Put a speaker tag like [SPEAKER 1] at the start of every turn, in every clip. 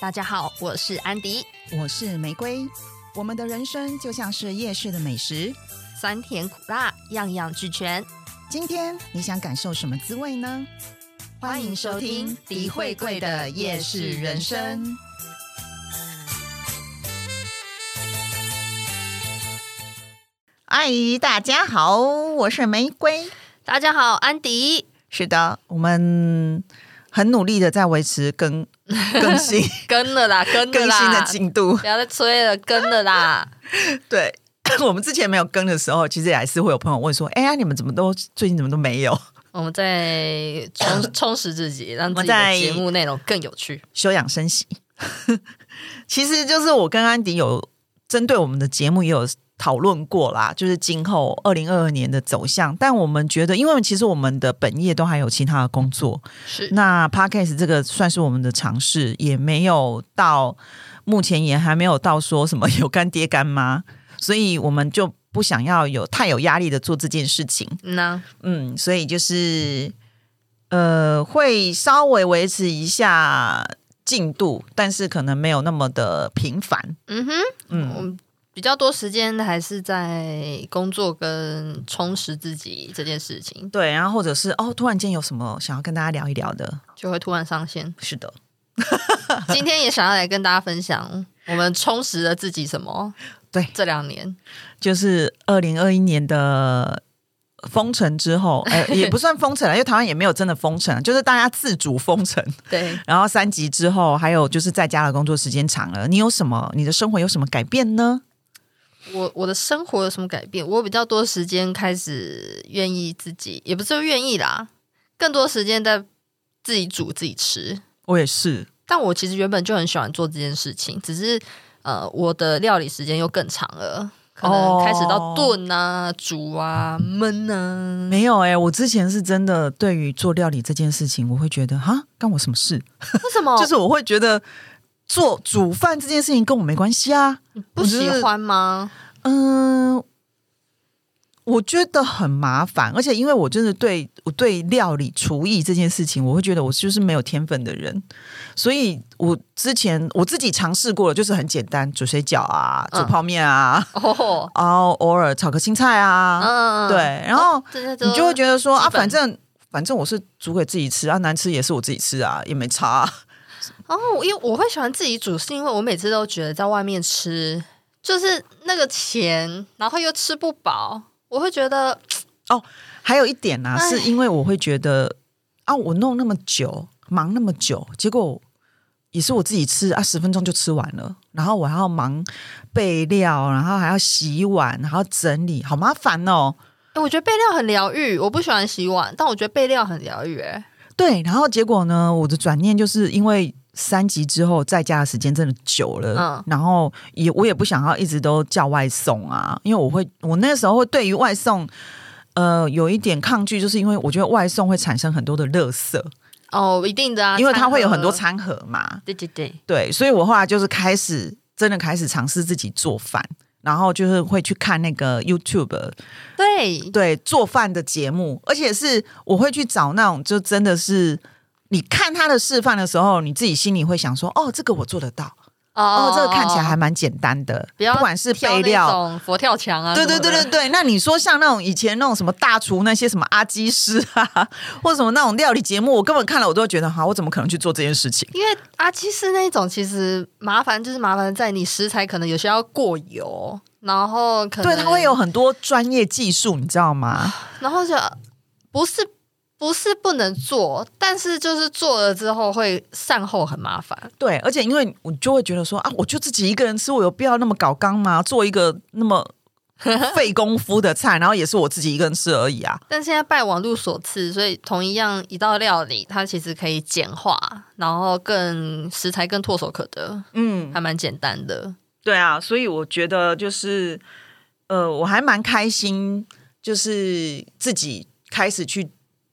[SPEAKER 1] 大家好，我是安迪。
[SPEAKER 2] 我是玫瑰。我们的人生就像是夜市的美食，
[SPEAKER 1] 酸甜苦辣，样样俱全。
[SPEAKER 2] 今天你想感受什么滋味呢？
[SPEAKER 1] 欢迎收听迪慧贵的夜市人生。
[SPEAKER 2] 阿姨，哎大家好，我是玫瑰。
[SPEAKER 1] 大家好，安迪，
[SPEAKER 2] 是的，我们很努力的在维持更 更新
[SPEAKER 1] 跟了啦，跟了
[SPEAKER 2] 更新的
[SPEAKER 1] 啦，
[SPEAKER 2] 进度。
[SPEAKER 1] 不要再催了，跟了啦。
[SPEAKER 2] 对， 我们之前没有更的时候，其实也还是会有朋友问说：“哎呀，你们怎么都最近怎么都没有
[SPEAKER 1] 我们在充 充实自己，让自己
[SPEAKER 2] 我在
[SPEAKER 1] 的节目内容更有趣。
[SPEAKER 2] 休养生息？”其实就是我跟安迪有针对我们的节目也有讨论过啦，就是今后二零二二年的走向。但我们觉得，因为其实我们的本业都还有其他的工作，
[SPEAKER 1] 是，
[SPEAKER 2] 那 podcast 这个算是我们的尝试，也没有到目前也还没有到说什么有干爹干妈，所以我们就不想要有太有压力的做这件事情。
[SPEAKER 1] 那
[SPEAKER 2] 嗯，所以就是呃，会稍微维持一下进度，但是可能没有那么的频繁。
[SPEAKER 1] 嗯哼，
[SPEAKER 2] 嗯，
[SPEAKER 1] 我比较多时间还是在工作跟充实自己这件事情，
[SPEAKER 2] 对，然后或者是哦，突然间有什么想要跟大家聊一聊的，
[SPEAKER 1] 就会突然上 线。
[SPEAKER 2] 是的，
[SPEAKER 1] 今天也想要来跟大家分享，我们充实了自己什么？
[SPEAKER 2] 对
[SPEAKER 1] 这两年
[SPEAKER 2] 就是二零二一年的封城之后，呃，也不算封城了，因为台湾也没有真的封城，就是大家自主封城。
[SPEAKER 1] 对。
[SPEAKER 2] 然后三级之后，还有就是在家的工作时间长了，你有什么？你的生活有什么改变呢？
[SPEAKER 1] 我我的生活有什么改变？我比较多时间开始愿意自己，也不是说愿意啦，更多时间在自己煮自己吃。
[SPEAKER 2] 我也是，
[SPEAKER 1] 但我其实原本就很喜欢做这件事情，只是呃，我的料理时间又更长了，可能
[SPEAKER 2] 哦
[SPEAKER 1] 开始到炖啊、煮啊、焖啊。
[SPEAKER 2] 没有哎、我之前是真的对于做料理这件事情，我会觉得哈，干我什么事？
[SPEAKER 1] 为什么？
[SPEAKER 2] 就是我会觉得做煮饭这件事情跟我没关系啊。
[SPEAKER 1] 不喜欢吗？
[SPEAKER 2] 嗯、我觉得很麻烦，而且因为我真的对我对料理厨艺这件事情，我会觉得我就是没有天分的人，所以我之前我自己尝试过了，就是很简单，煮水饺啊，煮
[SPEAKER 1] 嗯
[SPEAKER 2] 泡面啊，
[SPEAKER 1] 哦，
[SPEAKER 2] 然后偶尔炒个青菜啊，
[SPEAKER 1] 嗯，
[SPEAKER 2] 对，然后。
[SPEAKER 1] 这些都
[SPEAKER 2] 你就会觉得说啊，
[SPEAKER 1] 基本
[SPEAKER 2] 反正反正我是煮给自己吃啊，难吃也是我自己吃啊，也没差、啊。
[SPEAKER 1] 哦，因为我会喜欢自己煮，是因为我每次都觉得在外面吃，就是那个钱，然后又吃不饱，我会觉得
[SPEAKER 2] 还有一点呢、
[SPEAKER 1] 唉
[SPEAKER 2] 是因为我会觉得啊，我弄那么久，忙那么久，结果也是我自己吃啊，十分钟就吃完了，然后我还要忙备料，然后还要洗碗，然后整理，好麻烦哦。
[SPEAKER 1] 诶哎我觉得备料很疗愈。我不喜欢洗碗，但我觉得备料很疗愈。哎，
[SPEAKER 2] 对，然后结果呢，我的转念就是因为。三级之后在家的时间真的久了，
[SPEAKER 1] 嗯
[SPEAKER 2] 然后也我也不想要一直都叫外送啊，因为我会我那时候会对于外送，呃，有一点抗拒，就是因为我觉得外送会产生很多的垃圾，
[SPEAKER 1] 哦，一定的啊，
[SPEAKER 2] 因为它会有很多
[SPEAKER 1] 餐
[SPEAKER 2] 餐盒嘛
[SPEAKER 1] 盒。，对对对，
[SPEAKER 2] 对，所以我后来就是开始真的开始尝试自己做饭，然后就是会去看那个 YouTube
[SPEAKER 1] 对，
[SPEAKER 2] 对做饭的节目，而且是我会去找那种就真的是你看他的示范的时候，你自己心里会想说，哦，这个我做得到，哦，这个看起来还蛮简单的，
[SPEAKER 1] 不要
[SPEAKER 2] 不管是
[SPEAKER 1] 挑
[SPEAKER 2] 备
[SPEAKER 1] 那
[SPEAKER 2] 料。
[SPEAKER 1] 种佛跳墙啊，
[SPEAKER 2] 对对对对
[SPEAKER 1] 什么的，
[SPEAKER 2] 对，那你说像那种以前那种什么大厨那些什么阿基师啊，或者什么那种料理节目，我根本看了我都会觉得，哈，我怎么可能去做这件事情？
[SPEAKER 1] 因为阿基是那种其实麻烦，就是麻烦在你食材可能有些要过油，然后可能
[SPEAKER 2] 对，它会有很多专业技术，你知道吗？
[SPEAKER 1] 然后就不是不是不能做，但是就是做了之后会善后很麻烦。
[SPEAKER 2] 对，而且因为我就会觉得说啊，我就自己一个人吃，我有必要那么搞刚吗？做一个那么费功夫的菜，然后也是我自己一个人吃而已啊。
[SPEAKER 1] 但现在拜网络所赐，所以同一样一道料理，它其实可以简化，然后更食材更唾手可得，
[SPEAKER 2] 嗯，
[SPEAKER 1] 还蛮简单的。
[SPEAKER 2] 对啊，所以我觉得就是呃，我还蛮开心，就是自己开始去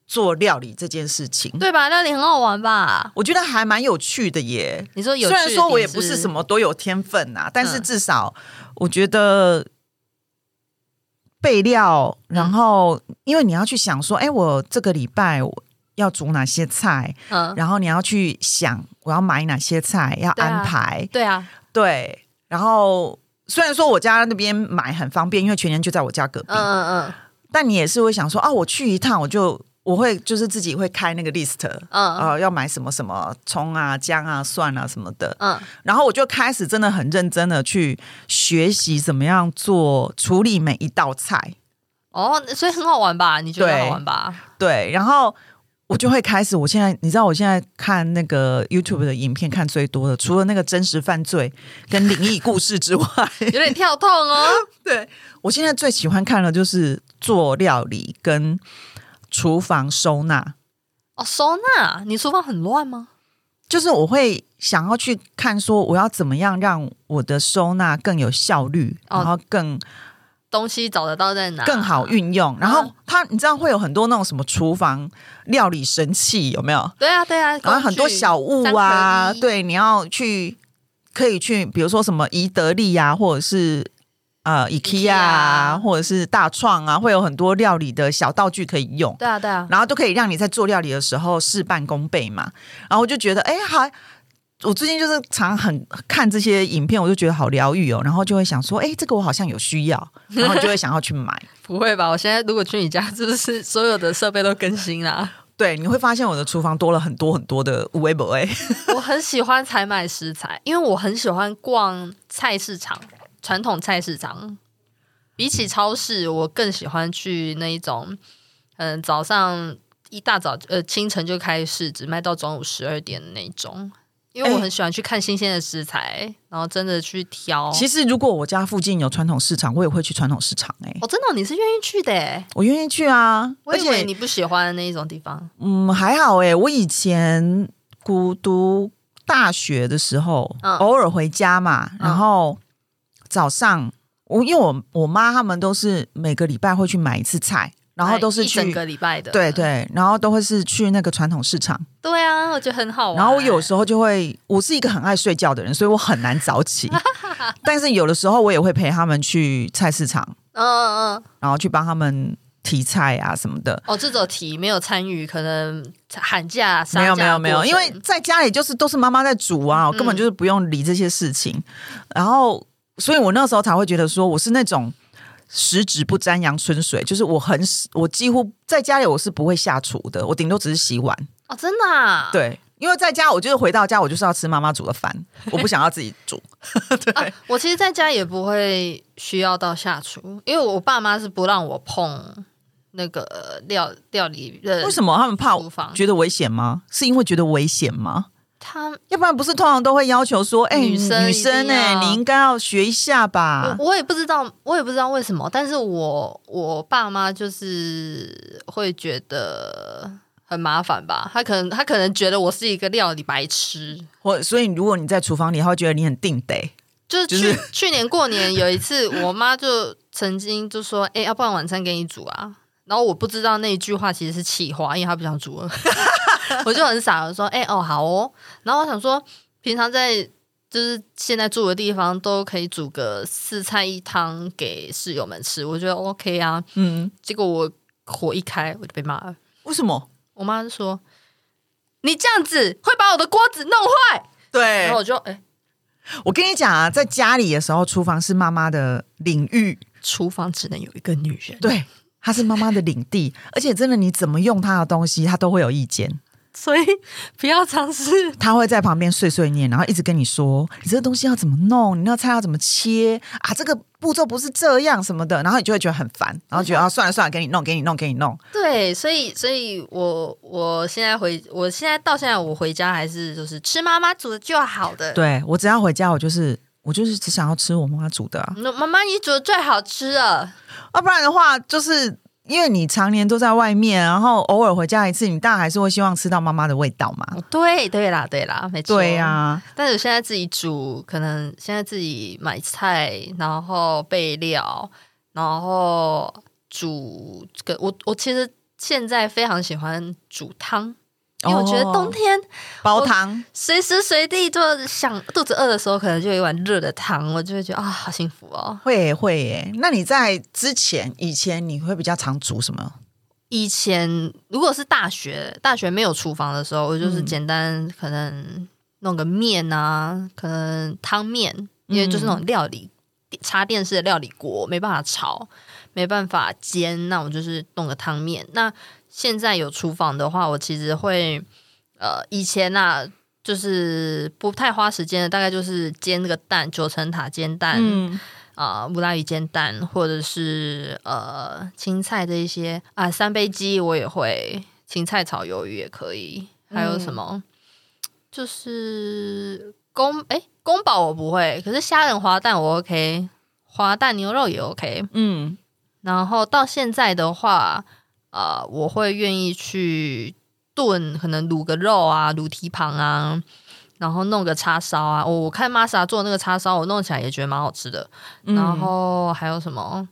[SPEAKER 2] 做料理这件事情，
[SPEAKER 1] 对吧？料理很好玩吧？
[SPEAKER 2] 我觉得还蛮有趣的耶。
[SPEAKER 1] 你说有趣的
[SPEAKER 2] 虽然
[SPEAKER 1] 点，
[SPEAKER 2] 说我也不是什么多有天分呐、但是
[SPEAKER 1] 嗯
[SPEAKER 2] 至少我觉得
[SPEAKER 1] 嗯
[SPEAKER 2] 备料，然后因为你要去想说，哎，我这个礼拜我要煮哪些菜，
[SPEAKER 1] 嗯，
[SPEAKER 2] 然后你要去想我要买哪些菜，要
[SPEAKER 1] 对啊
[SPEAKER 2] 安排
[SPEAKER 1] 对啊，
[SPEAKER 2] 对。然后虽然说我家那边买很方便，因为全年就在我家隔壁，
[SPEAKER 1] 嗯嗯
[SPEAKER 2] 但你也是会想说啊，我去一趟我就我会就是自己会开那个 list
[SPEAKER 1] 嗯
[SPEAKER 2] 啊、要买什么什么葱啊、姜啊、蒜啊什么的。
[SPEAKER 1] 嗯
[SPEAKER 2] 然后我就开始真的很认真的去学习怎么样做处理每一道菜，
[SPEAKER 1] 哦，所以很好玩吧？你觉得
[SPEAKER 2] 对
[SPEAKER 1] 好玩 吧？
[SPEAKER 2] 对，然后我就会开始，我现在你知道我现在看那个 YouTube 的影片看最多的，除了那个真实犯罪跟灵异故事之外，
[SPEAKER 1] 有点跳痛哦。
[SPEAKER 2] 对我现在最喜欢看的就是做料理跟厨房收纳，
[SPEAKER 1] 哦，收纳，你厨房很乱吗？
[SPEAKER 2] 就是我会想要去看说我要怎么样让我的收纳更有效率，
[SPEAKER 1] 哦
[SPEAKER 2] 然后更。
[SPEAKER 1] 东西找得到在哪？
[SPEAKER 2] 更好运用。然
[SPEAKER 1] 啊嗯
[SPEAKER 2] 后它，你知道会有很多那种什么厨房料理神器，有没有？
[SPEAKER 1] 对啊，对啊，
[SPEAKER 2] 然后
[SPEAKER 1] 工具
[SPEAKER 2] 很多小物啊，
[SPEAKER 1] 三合一
[SPEAKER 2] 对，你要去可以去，比如说什么宜得利啊，或者是呃 IKEA 啊，
[SPEAKER 1] IKEA
[SPEAKER 2] 或者是大创啊，会有很多料理的小道具可以用，
[SPEAKER 1] 对啊，对啊，
[SPEAKER 2] 然后都可以让你在做料理的时候事半功倍嘛。然后我就觉得，哎，还。我最近就是常很看这些影片，我就觉得好疗愈哦，然后就会想说，哎，这个我好像有需要，然后就会想要去买。
[SPEAKER 1] 不会吧？我现在如果去你家，是不是所有的设备都更新啊啦？
[SPEAKER 2] 对，你会发现我的厨房多了很多很多的微
[SPEAKER 1] 哦
[SPEAKER 2] 博哎，
[SPEAKER 1] 我很喜欢采买食材，因为我很喜欢逛菜市场，传统菜市场。比起超市，我更喜欢去那一种，嗯、早上一大早呃清晨就开市，只卖到中午十二点的那一种。因为我
[SPEAKER 2] 哎
[SPEAKER 1] 很喜欢去看新鲜的食材，然后真的去挑。
[SPEAKER 2] 其实如果我家附近有传统市场，我也会去传统市场哎、
[SPEAKER 1] 哦，真的哦、你是愿意去的耶？
[SPEAKER 2] 我愿意去啊。
[SPEAKER 1] 我
[SPEAKER 2] 而
[SPEAKER 1] 以为
[SPEAKER 2] 且
[SPEAKER 1] 你不喜欢那一种地方。
[SPEAKER 2] 嗯还好哎、我以前孤独大学的时候，
[SPEAKER 1] 嗯
[SPEAKER 2] 偶尔回家嘛，然后早上我因为我我妈他们都是每个礼拜会去买一次菜，然后都是
[SPEAKER 1] 一
[SPEAKER 2] 去
[SPEAKER 1] 整个礼拜的，
[SPEAKER 2] 对对，然后都会是去那个传统市场。
[SPEAKER 1] 对啊，我觉得很好玩。
[SPEAKER 2] 然后我有时候就会，我是一个很爱睡觉的人，所以我很难 早起。但是有的时候我也会陪他们去菜市场，
[SPEAKER 1] 嗯嗯嗯，
[SPEAKER 2] 然后去帮他们提菜啊什么的。
[SPEAKER 1] 哦，这种题没有参与，可能喊价杀
[SPEAKER 2] 没有没
[SPEAKER 1] 价
[SPEAKER 2] 有
[SPEAKER 1] 的
[SPEAKER 2] 没有，
[SPEAKER 1] 过程嗯
[SPEAKER 2] 因为在家里就是都是妈妈在煮啊，我根本就是不用理这些事情。然后，所以我那时候才会觉得说，我是那种十指不沾阳春水，就是我很我几乎在家里我是不会下厨的，我顶多只是洗碗。
[SPEAKER 1] 哦，真的、啊、
[SPEAKER 2] 对，因为在家我就是回到家我就是要吃妈妈煮的饭，我不想要自己 煮。
[SPEAKER 1] 啊，我其实在家也不会需要到下厨，因为我爸妈是不让我碰那个料料理的
[SPEAKER 2] 为什么他们怕
[SPEAKER 1] 厨房，
[SPEAKER 2] 觉得危险吗？是因为觉得危险吗？
[SPEAKER 1] 他
[SPEAKER 2] 要不然不是通常都会要求说，哎、
[SPEAKER 1] 女生
[SPEAKER 2] 女
[SPEAKER 1] 一定
[SPEAKER 2] 生哎、
[SPEAKER 1] 要
[SPEAKER 2] 你应该要学一下吧。
[SPEAKER 1] 我我也不知道，我也不知道为什么，但是我我爸妈就是会觉得很麻烦吧，他可能他可能觉得我是一个料理白痴。
[SPEAKER 2] 或所以如果你在厨房里，他会觉得你很定得。
[SPEAKER 1] 就是去、
[SPEAKER 2] 就是
[SPEAKER 1] 去年过年有一次，我妈就曾经就说：“哎、要不然晚餐给你煮啊。”然后我不知道那一句话其实是气话，因为她不想煮了，我就很傻的说：“哎、哦，好哦。”然后我想说，平常在就是现在住的地方都可以煮个四菜一汤给室友们吃，我觉得 OK 啊。
[SPEAKER 2] 嗯，
[SPEAKER 1] 结果我火一开，我就被骂了。
[SPEAKER 2] 为什么？
[SPEAKER 1] 我妈就说：“你这样子会把我的锅子弄坏。”
[SPEAKER 2] 对
[SPEAKER 1] 然后，我就哎、
[SPEAKER 2] 我跟你讲啊，在家里的时候，厨房是妈妈的领域，
[SPEAKER 1] 厨房只能有一个女人。
[SPEAKER 2] 对，它是妈妈的领地，而且真的你怎么用她的东西，她都会有意见，
[SPEAKER 1] 所以 不要尝试。
[SPEAKER 2] 她会在旁边碎碎念，然后一直跟你说，你这个东西要怎么弄，你那个菜要怎么切啊，这个步骤不是这样什么的，然后你就会觉得很烦，然后觉得啊，算了算了，给你弄，给你弄，给你弄，
[SPEAKER 1] 对，所以所以我我现在回，我现在到现在我回家还是就是吃妈妈煮的就好的。，
[SPEAKER 2] 对我只要回家，我就是我就是只想要吃我妈煮的啊，
[SPEAKER 1] 那妈妈你煮的最好吃了。
[SPEAKER 2] 啊要、不然的话，就是因为你常年都在外面，然后偶尔回家一次，你当然还是会希望吃到妈妈的味道嘛。
[SPEAKER 1] 嗯对对啦，对啦，没错。
[SPEAKER 2] 对啊呀、
[SPEAKER 1] 但是我现在自己煮，可能现在自己买菜，然后备料，然后煮这个。我我其实现在非常喜欢煮汤，因为我觉得
[SPEAKER 2] 哦
[SPEAKER 1] 冬天
[SPEAKER 2] 煲汤，
[SPEAKER 1] 随时随地就想肚子饿的时候，可能就有一碗热的汤，我就会觉得啊、好幸福哦。
[SPEAKER 2] 欸会耶会耶。那你在之前以前你会比较常煮什么？
[SPEAKER 1] 以前如果是大学，大学没有厨房的时候，我就是
[SPEAKER 2] 嗯
[SPEAKER 1] 简单可能弄个面啊，可能汤面，因为就是那种料理插电式的料理锅，没办法炒，没办法煎，那我就是弄个汤面。那现在有厨房的话，我其实会呃，以前啊。就是不太花时间的，大概就是煎个蛋，九层塔煎蛋，
[SPEAKER 2] 嗯，
[SPEAKER 1] 啊、乌拉鱼煎蛋，或者是呃青菜这一些啊，三杯鸡我也会，芹菜炒鱿鱼也可以，还有什么、就是宫哎宫保我不会，可是虾仁滑蛋我 OK，滑蛋牛肉也 OK。
[SPEAKER 2] 嗯，
[SPEAKER 1] 然后到现在的话，呃，我会愿意去炖，可能卤个肉啊，卤蹄膀啊，然后弄个叉烧啊。我、我看玛莎做那个叉烧，我弄起来也觉得蛮好吃的。
[SPEAKER 2] 嗯
[SPEAKER 1] 然后还有什么？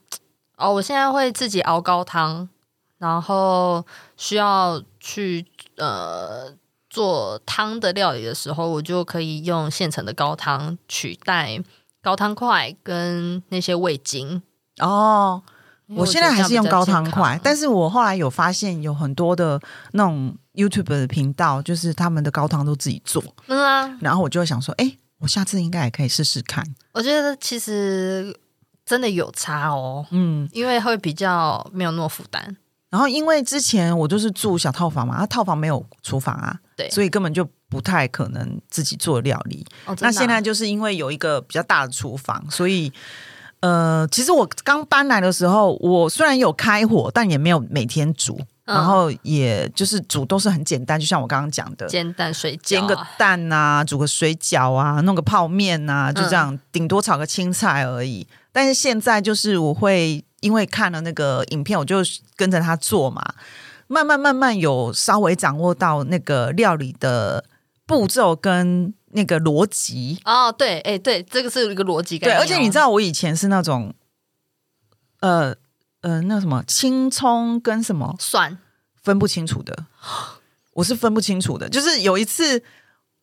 [SPEAKER 1] 哦，我现在会自己熬高汤，然后需要去呃做汤的料理的时候，我就可以用现成的高汤取代高汤块跟那些味精。
[SPEAKER 2] 哦，
[SPEAKER 1] 因为
[SPEAKER 2] 我现在还是用高汤块，但
[SPEAKER 1] 是
[SPEAKER 2] 是我后来有发现有很多的那种 YouTube 的频道，就是他们的高汤都自己做，
[SPEAKER 1] 嗯啊，
[SPEAKER 2] 然后我就会想说，哎，我下次应该也可以试试看。
[SPEAKER 1] 我觉得其实真的有差哦，
[SPEAKER 2] 嗯，
[SPEAKER 1] 因为会比较没有那么负担。
[SPEAKER 2] 然后因为之前我就是住小套房嘛，啊，套房没有厨房啊，
[SPEAKER 1] 对
[SPEAKER 2] 所以根本就不太可能自己做料理。
[SPEAKER 1] 哦，真的啊
[SPEAKER 2] 那现在就是因为有一个比较大的厨房，所以。呃，其实我刚搬来的时候，我虽然有开火，但也没有每天煮，
[SPEAKER 1] 嗯
[SPEAKER 2] 然后也就是煮都是很简单，就像我刚刚讲的，
[SPEAKER 1] 煎蛋水饺
[SPEAKER 2] 煎个
[SPEAKER 1] 啊
[SPEAKER 2] 蛋啊，煮个水饺啊，弄个泡面啊，
[SPEAKER 1] 嗯
[SPEAKER 2] 就这样，顶多炒个青菜而已。但是现在就是我会因为看了那个影片，我就跟着他做嘛，慢慢慢慢有稍微掌握到那个料理的步骤跟那个逻辑。
[SPEAKER 1] 哦，对，哎、对，这个是有一个逻辑概
[SPEAKER 2] 对，
[SPEAKER 1] 念哦、
[SPEAKER 2] 而且你知道我以前是那种，呃呃，那什么青葱跟什么
[SPEAKER 1] 蒜
[SPEAKER 2] 分不清楚的，我是分不清楚的。就是有一次，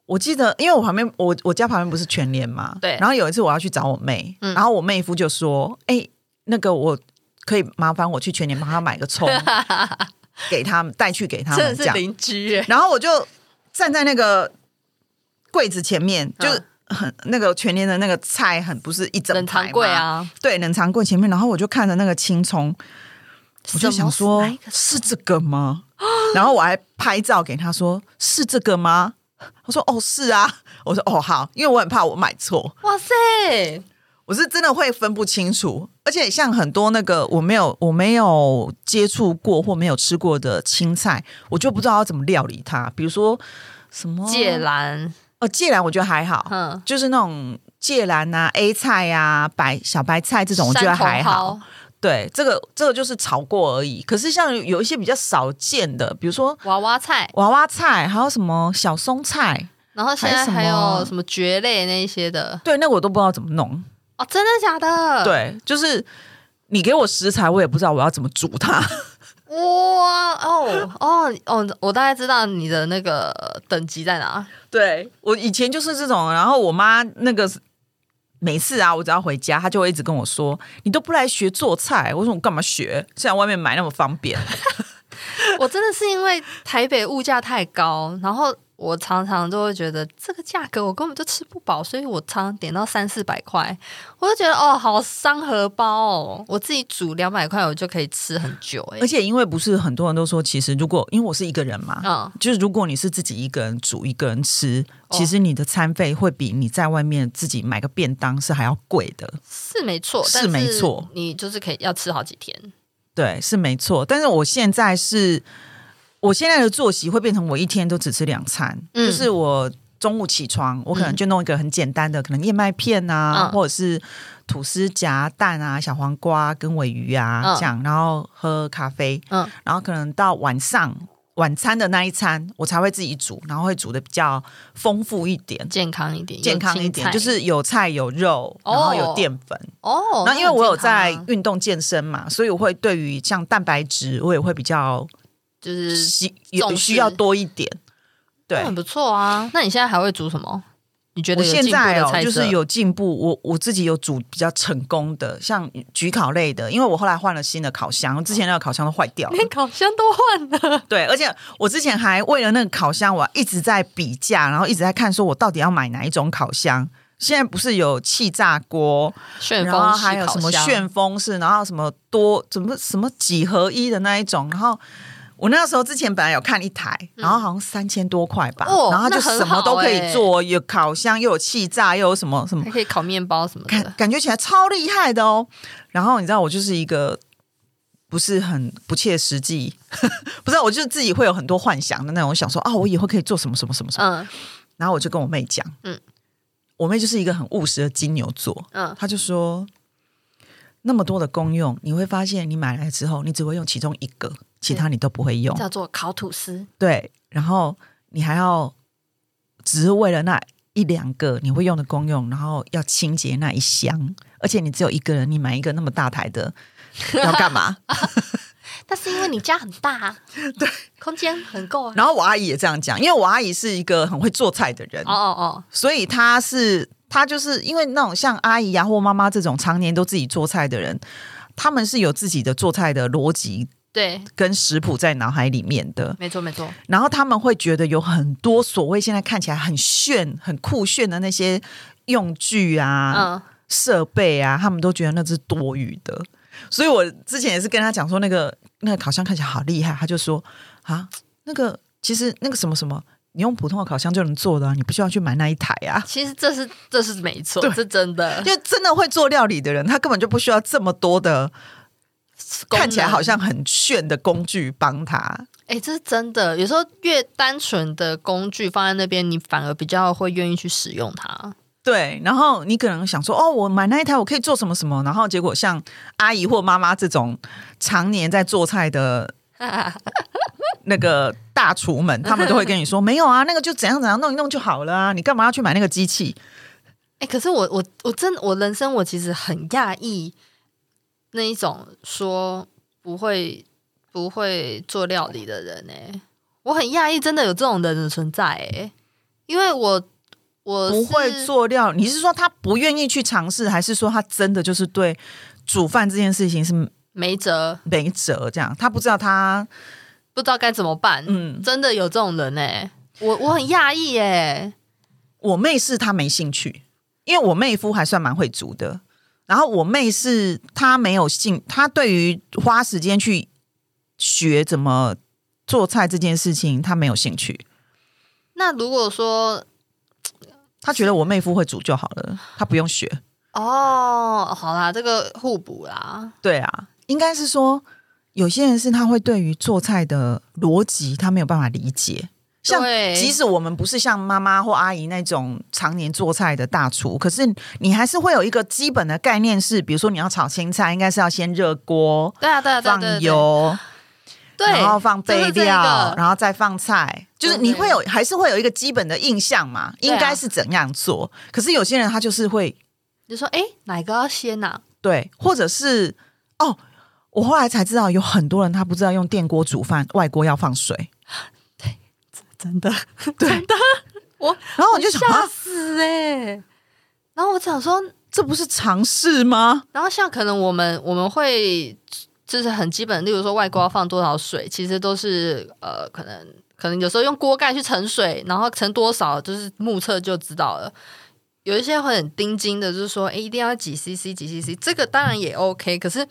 [SPEAKER 2] 我记得，因为我旁边我我家旁边不是全联嘛，
[SPEAKER 1] 对
[SPEAKER 2] 然后有一次我要去找我妹，
[SPEAKER 1] 嗯
[SPEAKER 2] 然后我妹夫就说：“哎、那个我可以麻烦我去全联帮他买 个葱，给他们带去给他
[SPEAKER 1] 真
[SPEAKER 2] 们
[SPEAKER 1] 的
[SPEAKER 2] 这
[SPEAKER 1] 是
[SPEAKER 2] 样。
[SPEAKER 1] 邻居耶”，
[SPEAKER 2] 然后我就站在那个柜子前面，就是很、那个全联的那个菜很不是一整
[SPEAKER 1] 嗯冷
[SPEAKER 2] 排
[SPEAKER 1] 藏柜
[SPEAKER 2] 吗，
[SPEAKER 1] 啊，
[SPEAKER 2] 对，冷藏柜前面，然后我就看着那个青葱，我就想说
[SPEAKER 1] 什么哪一个，
[SPEAKER 2] 是这个吗？ 然后我还拍照给他说，是这个吗？ 他说哦是啊，我说哦好，因为我很怕我买错，
[SPEAKER 1] 哇塞，
[SPEAKER 2] 我是真的会分不清楚，而且像很多那个我没有我没有接触过或没有吃过的青菜，我就不知道要怎么料理它，比如说什么
[SPEAKER 1] 芥蓝，
[SPEAKER 2] 哦芥兰，我觉得还好，
[SPEAKER 1] 嗯，
[SPEAKER 2] 就是那种芥兰啊、A 菜啊、白小白菜这种，我觉得
[SPEAKER 1] 山头
[SPEAKER 2] 还好
[SPEAKER 1] 蒿。，
[SPEAKER 2] 对，这个这个就是炒过而已。可是像有一些比较少见的，比如说
[SPEAKER 1] 娃娃菜，
[SPEAKER 2] 娃娃菜，还有什么小松菜，
[SPEAKER 1] 然后现在还
[SPEAKER 2] 还有什么
[SPEAKER 1] 有什么蕨类那一些的，
[SPEAKER 2] 对，那个我都不知道怎么弄。
[SPEAKER 1] 哦，真的假的？，
[SPEAKER 2] 对，就是你给我食材，我也不知道我要怎么煮它。
[SPEAKER 1] 哇，哦，哦，哦，我大概知道你的那个等级在哪，
[SPEAKER 2] 对 我以前就是这种，然后我妈那个每次啊，我只要回家，她就会一直跟我说：“你都不来学做菜，我说我干嘛学？现在外面买那么方便。
[SPEAKER 1] 我真的是因为台北物价太高，然后。我常常就会觉得这个价格我根本就吃不饱，所以我常常点到三四百块，我就觉得哦，好伤荷包哦。我自己煮两百块，我就可以吃很久、欸，
[SPEAKER 2] 而且因为不是很多人都说，其实如果因为我是一个人嘛，
[SPEAKER 1] 嗯，
[SPEAKER 2] 就是如果你是自己一个人煮、一个人吃，
[SPEAKER 1] 哦
[SPEAKER 2] 其实你的餐费会比你在外面自己买个便当是还要贵的。
[SPEAKER 1] 是没错，
[SPEAKER 2] 是
[SPEAKER 1] 但是
[SPEAKER 2] 没错，
[SPEAKER 1] 你就是可以要吃好几天。
[SPEAKER 2] 对，是没错。但是我现在是，我现在的作息会变成我一天都只吃两餐，
[SPEAKER 1] 嗯
[SPEAKER 2] 就是我中午起床，我可能就弄一个很简单的，可能燕麦片啊，
[SPEAKER 1] 嗯
[SPEAKER 2] 或者是吐司夹蛋啊、小黄瓜跟尾鱼啊、
[SPEAKER 1] 嗯
[SPEAKER 2] 这样，然后喝咖啡，
[SPEAKER 1] 嗯
[SPEAKER 2] 然后可能到晚上。晚餐的那一餐，我才会自己煮，然后会煮的比较丰富一点。
[SPEAKER 1] 健康一点，
[SPEAKER 2] 健康
[SPEAKER 1] 有
[SPEAKER 2] 一
[SPEAKER 1] 青
[SPEAKER 2] 点，
[SPEAKER 1] 菜
[SPEAKER 2] 就是有菜有肉，
[SPEAKER 1] 哦
[SPEAKER 2] 然后有淀粉。
[SPEAKER 1] 哦。
[SPEAKER 2] 然后因为我有
[SPEAKER 1] 那很
[SPEAKER 2] 在
[SPEAKER 1] 健康啊
[SPEAKER 2] 运动健身嘛，所以我会对于像蛋白质，我也会比较
[SPEAKER 1] 就是
[SPEAKER 2] 需
[SPEAKER 1] 重
[SPEAKER 2] 有
[SPEAKER 1] 视
[SPEAKER 2] 需要多一点。对
[SPEAKER 1] 那，很不错啊。那你现在还会煮什么？你觉得
[SPEAKER 2] 我
[SPEAKER 1] 有
[SPEAKER 2] 现
[SPEAKER 1] 进步
[SPEAKER 2] 在
[SPEAKER 1] 的
[SPEAKER 2] 哦，
[SPEAKER 1] 菜色
[SPEAKER 2] 就是有进步，我我自己有煮比较成功的，像焗烤类的，因为我后来换了新的烤箱，之前那个烤箱都坏 掉了。
[SPEAKER 1] 连烤箱都换了，
[SPEAKER 2] 对，而且我之前还为了那个烤箱，我一直在比价，然后一直在看说我到底要买哪一种烤箱。现在不是有气炸锅，
[SPEAKER 1] 旋
[SPEAKER 2] 然
[SPEAKER 1] 风
[SPEAKER 2] 后
[SPEAKER 1] 式
[SPEAKER 2] 还有
[SPEAKER 1] 烤
[SPEAKER 2] 什么
[SPEAKER 1] 箱
[SPEAKER 2] 旋风式，然后什么多怎么什么几合一的那一种，然后。我那时候之前本来有看一台，然后好像三千多块吧，
[SPEAKER 1] 嗯哦
[SPEAKER 2] 然后它就
[SPEAKER 1] 那很
[SPEAKER 2] 什么都可以
[SPEAKER 1] 好欸
[SPEAKER 2] 做，有烤箱，又有气炸，又有什么什么
[SPEAKER 1] 还可以烤面包什么
[SPEAKER 2] 感
[SPEAKER 1] 的。嗯
[SPEAKER 2] 感觉起来超厉害的哦。然后你知道，我就是一个不是很不切实际， 不是，我就是自己会有很多幻想的那种，我想说啊，我以后可以做什么什么什么什么。
[SPEAKER 1] 嗯
[SPEAKER 2] 然后我就跟我妹讲，嗯
[SPEAKER 1] 嗯，
[SPEAKER 2] 我妹就是一个很务实的金牛座，
[SPEAKER 1] 嗯，
[SPEAKER 2] 她就说。那么多的功用，你会发现你买来之后，你只会用其中一个，其他你都不会用。
[SPEAKER 1] 叫做烤吐司。
[SPEAKER 2] 对，然后你还要只是为了那一两个你会用的公用，然后要清洁那一箱，而且你只有一个人，你买一个那么大台的 要干嘛？
[SPEAKER 1] 但是因为你家很大、啊， 对，空间很够啊。
[SPEAKER 2] 然后我阿姨也这样讲，因为我阿姨是一个很会做菜的人，
[SPEAKER 1] 哦哦
[SPEAKER 2] 所以她是她就是因为那种像阿姨啊或妈妈这种常年都自己做菜的人，他们是有自己的做菜的逻辑
[SPEAKER 1] 哦，对，
[SPEAKER 2] 跟食谱在脑海里面的，
[SPEAKER 1] 没错没错，
[SPEAKER 2] 然后他们会觉得有很多所谓现在看起来很炫、很酷炫的那些用具啊、
[SPEAKER 1] 嗯，
[SPEAKER 2] 设备啊，他们都觉得那是多余的。所以我之前也是跟他讲说，那个那个烤箱看起来好厉害，他就说啊，那个其实那个什么什么，你用普通的烤箱就能做的、啊，你不需要去买那一台啊。
[SPEAKER 1] 其实这是这是没错
[SPEAKER 2] 对，
[SPEAKER 1] 这真的
[SPEAKER 2] 因为真的会做料理的人，他根本就不需要这么多的看起来好像很炫的工具帮他。
[SPEAKER 1] 哎、诶这是真的。有时候越单纯的工具放在那边，你反而比较会愿意去使用它。
[SPEAKER 2] 对，然后你可能想说，哦，我买那一台我可以做什么什么，然后结果像阿姨或妈妈这种常年在做菜的那个大厨们，他们都会跟 你说，没有啊，那个就怎样怎样弄一弄就好了啊，你干嘛要去买那个机器？
[SPEAKER 1] 哎、可是我我我真我人生我其实很讶异那一种说不会不会做料理的人哎、我很讶异真的有这种人的存在哎、因为我我
[SPEAKER 2] 不会
[SPEAKER 1] 是
[SPEAKER 2] 做料，你是说他不愿意去尝试，还是说他真的就是对煮饭这件事情是
[SPEAKER 1] 没辙，
[SPEAKER 2] 没辙？这样他不知道他
[SPEAKER 1] 不知道该怎么办。
[SPEAKER 2] 嗯，
[SPEAKER 1] 真的有这种人哎、我我很讶异哎，
[SPEAKER 2] 我妹是她没兴趣，因为我妹夫还算蛮会煮的。然后我妹是她没有兴，她对于花时间去学怎么做菜这件事情，她没有兴趣。
[SPEAKER 1] 那如果说
[SPEAKER 2] 她觉得我妹夫会煮就好了，她不用学。
[SPEAKER 1] 哦，好啦，这个互补啦，
[SPEAKER 2] 对啊，应该是说有些人是他会对于做菜的逻辑，他没有办法理解。像
[SPEAKER 1] 对
[SPEAKER 2] 即使我们不是像妈妈或阿姨那种常年做菜的大厨，可是你还是会有一个基本的概念是，比如说你要炒青菜，应该是要先热锅，
[SPEAKER 1] 对啊，对啊，对啊
[SPEAKER 2] 放
[SPEAKER 1] 对啊对啊
[SPEAKER 2] 油，
[SPEAKER 1] 对，
[SPEAKER 2] 然后放
[SPEAKER 1] 就是
[SPEAKER 2] 备
[SPEAKER 1] 这一
[SPEAKER 2] 料，
[SPEAKER 1] 个
[SPEAKER 2] 然后再放菜，就是你
[SPEAKER 1] 对
[SPEAKER 2] 会有还是会有一个基本的印象嘛，
[SPEAKER 1] 对啊
[SPEAKER 2] 应该是怎样做。可是有些人他就是会
[SPEAKER 1] 你说哎，诶哪个要先啊呐、
[SPEAKER 2] 对，或者是哦，我后来才知道有很多人他不知道用电锅煮饭，外锅要放水。
[SPEAKER 1] 真的，
[SPEAKER 2] 然后我就想，
[SPEAKER 1] 吓
[SPEAKER 2] 啊，
[SPEAKER 1] 死哎、然后我想说，
[SPEAKER 2] 这不是尝试吗？
[SPEAKER 1] 然后像可能我们我们会就是很基本，例如说外锅要放多少水，其实都是呃可能可能有时候用锅盖去盛水，然后盛多少就是目测就知道了。有一些会很盯紧的，就是说，哎，一定要几 CC 几 CC，这个当然也 OK。可是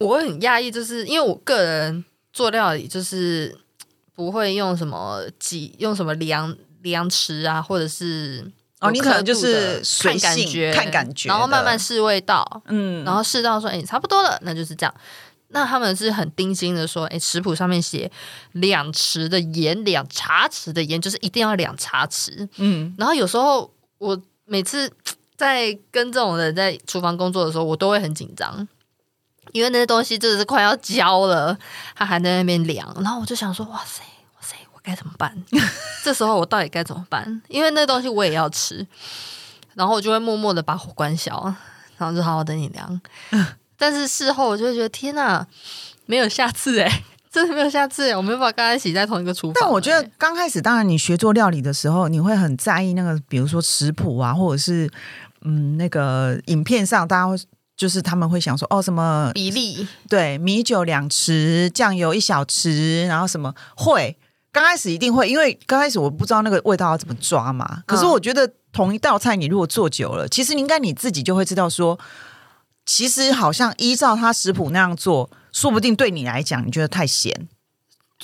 [SPEAKER 1] 我会很讶异，就是因为我个人做料理就是不会用什么几用什么量量匙啊，或者是
[SPEAKER 2] 哦，你可能就
[SPEAKER 1] 有刻度
[SPEAKER 2] 是
[SPEAKER 1] 的
[SPEAKER 2] 随
[SPEAKER 1] 看
[SPEAKER 2] 性
[SPEAKER 1] 感觉，
[SPEAKER 2] 看感觉的，
[SPEAKER 1] 然后慢慢试味道，
[SPEAKER 2] 嗯，
[SPEAKER 1] 然后试到说，哎、差不多了，那就是这样。那他们是很盯紧的说，哎、食谱上面写两匙的盐，两茶匙的盐，就是一定要两茶匙。
[SPEAKER 2] 嗯，
[SPEAKER 1] 然后有时候我每次在跟这种人在厨房工作的时候，我都会很紧张，因为那些东西真的是快要焦了，他还在那边凉，然后我就想说，哇塞，哇塞，我该怎么 办？这时候我到底该怎么办？因为那东西我也要吃，然后我就会默默的把火关小，然后就好好等你凉。但是事后我就会觉得，天哪、没有下次哎、真的没有下次，我没办法跟他一起在同一个厨房。欸
[SPEAKER 2] 但我觉
[SPEAKER 1] 哎
[SPEAKER 2] 得刚开始，当然你学做料理的时候，你会很在意那个，比如说食谱啊，或者是嗯那个影片上，大家会就是他们会想说哦什么
[SPEAKER 1] 比例，
[SPEAKER 2] 对米酒两匙，酱油一小匙，然后什么会。刚开始一定会，因为刚开始我不知道那个味道要怎么抓嘛。可是
[SPEAKER 1] 嗯
[SPEAKER 2] 我觉得同一道菜，你如果做久了，其实你应该你自己就会知道说，其实好像依照他食谱那样做，说不定对你来讲你觉得太咸。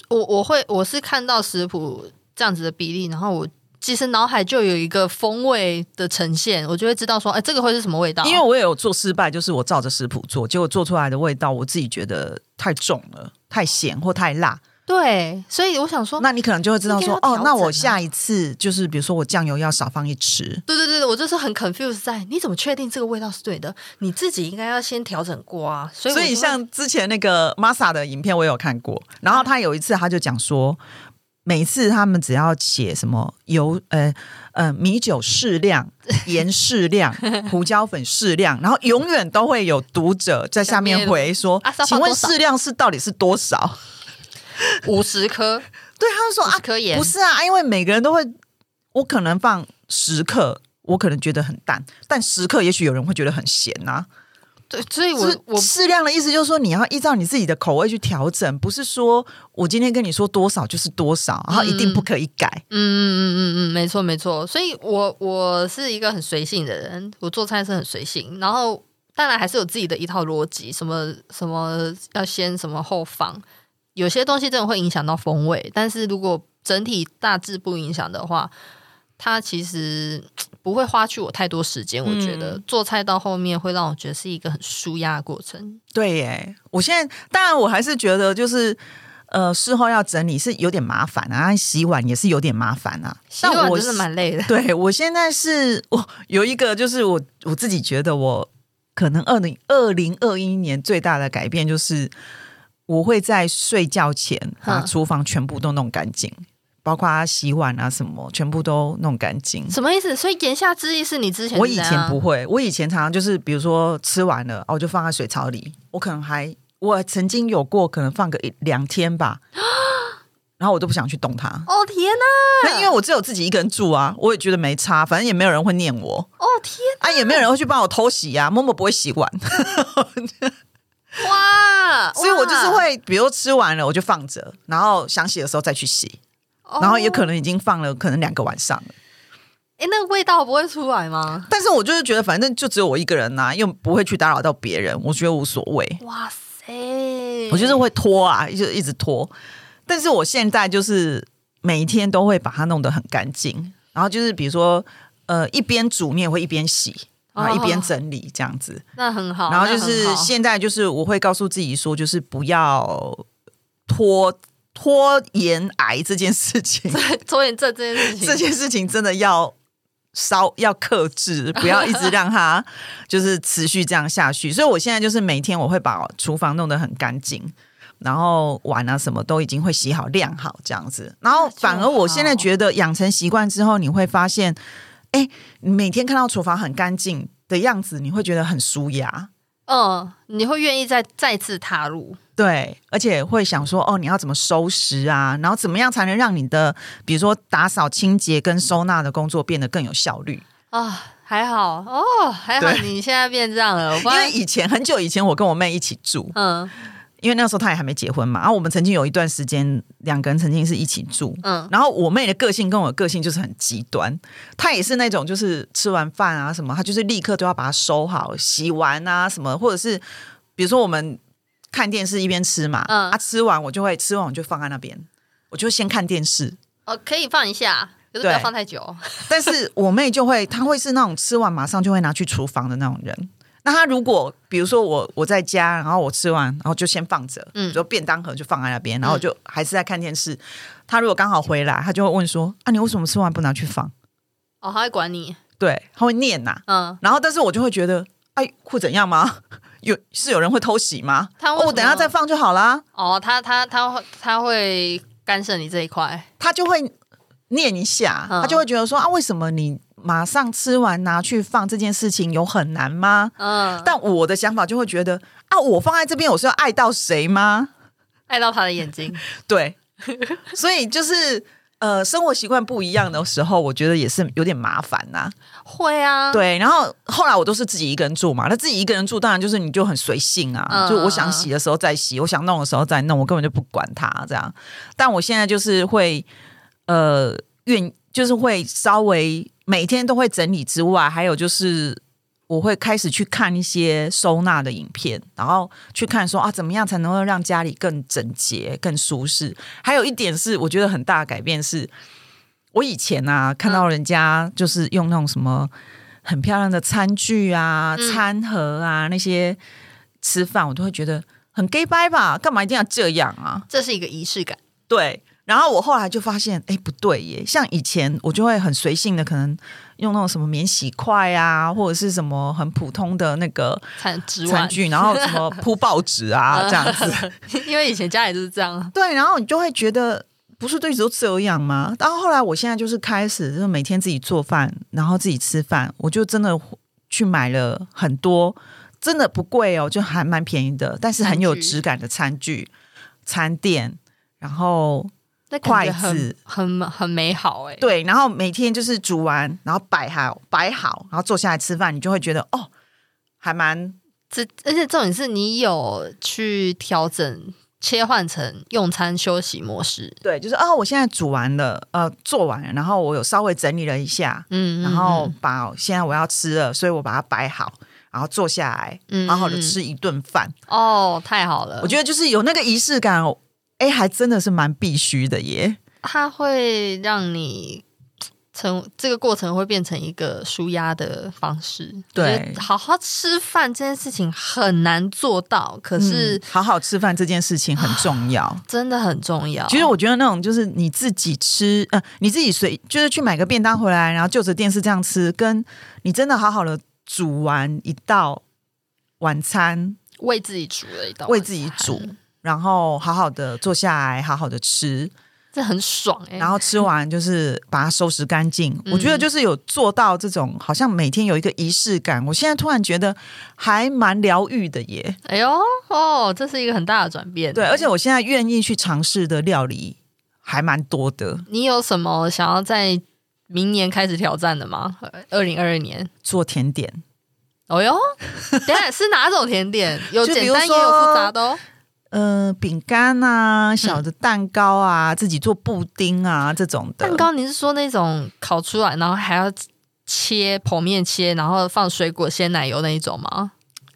[SPEAKER 1] 我我会我是看到食谱这样子的比例，然后我其实脑海就有一个风味的呈现，我就会知道说，哎，这个会是什么味道？
[SPEAKER 2] 因为我也有做失败，就是我照着食谱做，结果做出来的味道我自己觉得太重了、太咸或太辣，
[SPEAKER 1] 对，所以我想说，
[SPEAKER 2] 那你可能就会知道
[SPEAKER 1] 应
[SPEAKER 2] 说，
[SPEAKER 1] 该要
[SPEAKER 2] 哦
[SPEAKER 1] 调整啊，
[SPEAKER 2] 那我下一次就是比如说我酱油要少放一匙。
[SPEAKER 1] 对对对，对我就是很 confused 在你怎么确定这个味道是对的？你自己应该要先调整过啊。所以我
[SPEAKER 2] 所以
[SPEAKER 1] 就会
[SPEAKER 2] 像之前那个 Masa 的影片我也有看过，然
[SPEAKER 1] 啊
[SPEAKER 2] 后他有一次他就讲说，每次他们只要写什么油呃呃米酒适量、盐适量、胡椒粉适量，然后永远都会有读者在下面回说
[SPEAKER 1] 啊是要，放
[SPEAKER 2] 请问
[SPEAKER 1] 多少
[SPEAKER 2] 适量是到底是多少？
[SPEAKER 1] 五十颗
[SPEAKER 2] 对，他就说
[SPEAKER 1] 五
[SPEAKER 2] 啊
[SPEAKER 1] 十，颗盐，
[SPEAKER 2] 不是啊，因为每个人都会，我可能放十克，我可能觉得很淡，但十克也许有人会觉得很咸啊呐、
[SPEAKER 1] 对，所以
[SPEAKER 2] 啊。
[SPEAKER 1] 我
[SPEAKER 2] 是
[SPEAKER 1] 我
[SPEAKER 2] 适量的意思就是说，你要依照你自己的口味去调整，不是说我今天跟你说多少就是多少，然后一定不可以改。
[SPEAKER 1] 嗯嗯嗯嗯嗯，没错没错。所以我我是一个很随性的人，我做菜是很随性，然后当然还是有自己的一套逻辑，什么什么要先什么后放，有些东西真的会影响到风味，但是如果整体大致不影响的话，它其实嘖不会花去我太多时间。我觉得、
[SPEAKER 2] 嗯
[SPEAKER 1] 做菜到后面会让我觉得是一个很舒压的过程。
[SPEAKER 2] 对耶，我现在当然我还是觉得就是。呃，事后要整理是有点麻烦啊，洗碗也是有点麻烦啊。
[SPEAKER 1] 洗
[SPEAKER 2] 但
[SPEAKER 1] 碗
[SPEAKER 2] 我
[SPEAKER 1] 真的蛮累的，
[SPEAKER 2] 对我现在是我有一个，就是我我自己觉得我可能二零二零二一年最大的改变就是，我会在睡觉前把
[SPEAKER 1] 哼
[SPEAKER 2] 厨房全部都弄干净，包括洗碗啊什么，全部都弄干净。
[SPEAKER 1] 什么意思？所以言下之意是你之前
[SPEAKER 2] 我
[SPEAKER 1] 是
[SPEAKER 2] 以
[SPEAKER 1] 怎
[SPEAKER 2] 前
[SPEAKER 1] 样啊
[SPEAKER 2] 不会，我以前常常就是，比如说吃完了，哦我就放在水槽里，我可能还我曾经有过，可能放个一两天吧，然后我都不想去动它，
[SPEAKER 1] 哦天哪、
[SPEAKER 2] 那因为我只有自己一个人住啊，我也觉得没差，反正也没有人会念我。
[SPEAKER 1] 哦天
[SPEAKER 2] 啊，也没有人会去帮我偷洗呀、啊，默默不会洗碗，
[SPEAKER 1] 哇！
[SPEAKER 2] 所以我就是
[SPEAKER 1] 哇，
[SPEAKER 2] 会，比如吃完了我就放着，然后想洗的时候再去洗，然后也可
[SPEAKER 1] 哎、
[SPEAKER 2] 能已经放了可能两个晚上了。
[SPEAKER 1] 诶那个味道不会出来吗？
[SPEAKER 2] 但是我就是觉得，反正就只有我一个人呐、又不会去打扰到别人，我觉得无所谓。
[SPEAKER 1] 哇塞！嗯
[SPEAKER 2] 我就是会拖啊，就一直拖。但是我现在就是每一天都会把它弄得很干净，然后就是比如说，呃，一边煮面会一边洗，然后一边
[SPEAKER 1] 哦
[SPEAKER 2] 整理这样子。
[SPEAKER 1] 那很好，
[SPEAKER 2] 然后就
[SPEAKER 1] 那
[SPEAKER 2] 是
[SPEAKER 1] 很好
[SPEAKER 2] 现在就是我会告诉自己说，就是不要拖拖延癌这件事情，
[SPEAKER 1] 拖 延症这件事情，
[SPEAKER 2] 这件事情真的要稍要克制，不要一直让 它就是持续这样下去。所以我现在就是每天我会把厨房弄得很干净。然后碗啊什么都已经会洗好晾好这样子，然后
[SPEAKER 1] 那就
[SPEAKER 2] 反而我现在
[SPEAKER 1] 好
[SPEAKER 2] 觉得养成习惯之后，你会发现，哎，你每天看到厨房很干净的样子，你会觉得很舒压。
[SPEAKER 1] 嗯，你会愿意再再次踏入？
[SPEAKER 2] 对，而且会想说，哦，你要怎么收拾啊？然后怎么样才能让你的，比如说打扫、清洁跟收纳的工作变得更有效率？
[SPEAKER 1] 啊，还好哦，还好
[SPEAKER 2] 对
[SPEAKER 1] 你现在变这样了，我不
[SPEAKER 2] 因为
[SPEAKER 1] 然
[SPEAKER 2] 以前很久以前，我跟我妹一起住，
[SPEAKER 1] 嗯
[SPEAKER 2] 因为那时候她也还没结婚嘛。然后我们曾经有一段时间，两个人曾经是一起住。
[SPEAKER 1] 嗯，
[SPEAKER 2] 然后我妹的个性跟我的个性就是很极端，她也是那种就是吃完饭啊什么，她就是立刻就要把它收好、洗完啊什么，或者是比如说我们看电视一边吃嘛，
[SPEAKER 1] 嗯
[SPEAKER 2] 啊吃完我就会吃完我就放在那边，我就先看电视，
[SPEAKER 1] 哦，可以放一下，可是不要
[SPEAKER 2] 对
[SPEAKER 1] 放太久。
[SPEAKER 2] 但是我妹就会，她会是那种吃完马上就会拿去厨房的那种人。那她如果比如说我我在家，然后我吃完，然后就先放着，
[SPEAKER 1] 嗯
[SPEAKER 2] 嗯，就便当盒就放在那边，然后我就还是在看电视。她如果刚好回来，她就会问说：“啊，你为什么吃完不拿去放
[SPEAKER 1] 哦，他会管你，？”
[SPEAKER 2] 对，她会念呐、
[SPEAKER 1] 嗯，
[SPEAKER 2] 然后，但是我就会觉得，哎，会怎样吗？ 有是有人会偷袭吗？
[SPEAKER 1] 她为
[SPEAKER 2] 哦
[SPEAKER 1] 什么
[SPEAKER 2] 我等一下再放就好啦。
[SPEAKER 1] 哦，他他他会他会干涉你这一块，
[SPEAKER 2] 她就会念一下，
[SPEAKER 1] 嗯
[SPEAKER 2] 她就会觉得说：“啊，为什么你马上吃完拿去放这件事情有很难吗？”
[SPEAKER 1] 嗯，
[SPEAKER 2] 但我的想法就会觉得啊，我放在这边，我是要爱到谁吗？
[SPEAKER 1] 爱到他的眼睛，
[SPEAKER 2] 对，所以就是呃，生活习惯不一样的时候，我觉得也是有点麻烦呐、
[SPEAKER 1] 会啊，，
[SPEAKER 2] 对，然后后来我都是自己一个人住嘛，那自己一个人住，当然就是你就很随性啊，
[SPEAKER 1] 嗯
[SPEAKER 2] 就我想洗的时候再洗，我想弄的时候再弄，我根本就不管它这样。但我现在就是会呃愿，就是会稍微每天都会整理之外，还有就是。我会开始去看一些收纳的影片，然后去看说啊，怎么样才能够让家里更整洁、更舒适。还有一点是，我觉得很大的改变是，我以前啊看到人家就是用那种什么很漂亮的餐具啊、
[SPEAKER 1] 嗯
[SPEAKER 2] 餐盒啊那些吃饭，我都会觉得很 gay 拜吧，干嘛一定要这样啊？
[SPEAKER 1] 这是一个仪式感，
[SPEAKER 2] 对。然后我后来就发现，哎，不对耶！像以前我就会很随性的，可能用那种什么免洗筷啊，或者是什么很普通的那个
[SPEAKER 1] 餐之
[SPEAKER 2] 餐
[SPEAKER 1] 外，
[SPEAKER 2] 具，然后 什么铺报纸啊
[SPEAKER 1] 嗯
[SPEAKER 2] 这样子。
[SPEAKER 1] 因为以前家里就是这样，啊
[SPEAKER 2] 对，然后你就会觉得不是对手这样吗？然后后来我现在就是开始，就是每天自己做饭，然后自己吃饭，我就真的去买了很多，真的不贵哦，就还蛮便宜的，但是很有
[SPEAKER 1] 餐具
[SPEAKER 2] 质感的餐具、餐垫，然后
[SPEAKER 1] 那感觉
[SPEAKER 2] 筷
[SPEAKER 1] 很
[SPEAKER 2] 子
[SPEAKER 1] 很很美好哎、
[SPEAKER 2] 对，然后每天就是煮完，然后摆好摆好，然后坐下来吃饭，你就会觉得哦，还蛮
[SPEAKER 1] 这而且重点是你有去调整切换成用餐休息模式，
[SPEAKER 2] 对，就是哦，我现在煮完了，呃，做完了，然后我有稍微整理了一下，
[SPEAKER 1] 嗯，嗯
[SPEAKER 2] 然后把现在我要吃了，所以我把它摆好，然后坐下来，
[SPEAKER 1] 嗯
[SPEAKER 2] 好好的
[SPEAKER 1] 嗯
[SPEAKER 2] 吃一顿饭。
[SPEAKER 1] 哦，太好了，
[SPEAKER 2] 我觉得就是有那个仪式感，哎，还真的是蛮必须的耶。
[SPEAKER 1] 它会让你成这个过程会变成一个舒压的方式。
[SPEAKER 2] 对
[SPEAKER 1] 我觉得好好吃饭这件事情很难做到，可是
[SPEAKER 2] 嗯好好吃饭这件事情很重要。
[SPEAKER 1] 真的很重要。
[SPEAKER 2] 其实我觉得那种就是你自己吃，呃，你自己随就是去买个便当回来，然后就着电视这样吃，跟你真的好好的煮完一道晚餐，
[SPEAKER 1] 为自己煮了一道，
[SPEAKER 2] 为自己煮，，然后好好的坐下来，好好的吃，
[SPEAKER 1] 这很爽哎、
[SPEAKER 2] 然后吃完就是把它收拾干净。
[SPEAKER 1] 嗯
[SPEAKER 2] 我觉得就是有做到这种，好像每天有一个仪式感。我现在突然觉得还蛮疗愈的耶。
[SPEAKER 1] 哎呦哦，这是一个很大的转变。
[SPEAKER 2] 对，而且我现在愿意去尝试的料理还蛮多的，
[SPEAKER 1] 你有什么想要在明年开始挑战的吗？二零二二年。
[SPEAKER 2] 做甜点。
[SPEAKER 1] 哦哟， 等一下是哪种甜点？有
[SPEAKER 2] 就比
[SPEAKER 1] 简
[SPEAKER 2] 如
[SPEAKER 1] 单也有
[SPEAKER 2] 说
[SPEAKER 1] 复杂的哦。
[SPEAKER 2] 呃，饼干啊，
[SPEAKER 1] 嗯
[SPEAKER 2] 小的蛋糕啊，自己做布丁啊，这种的
[SPEAKER 1] 蛋糕，你是说那种烤出来，然后还要切剖面切，然后放水果、鲜奶油那一种吗？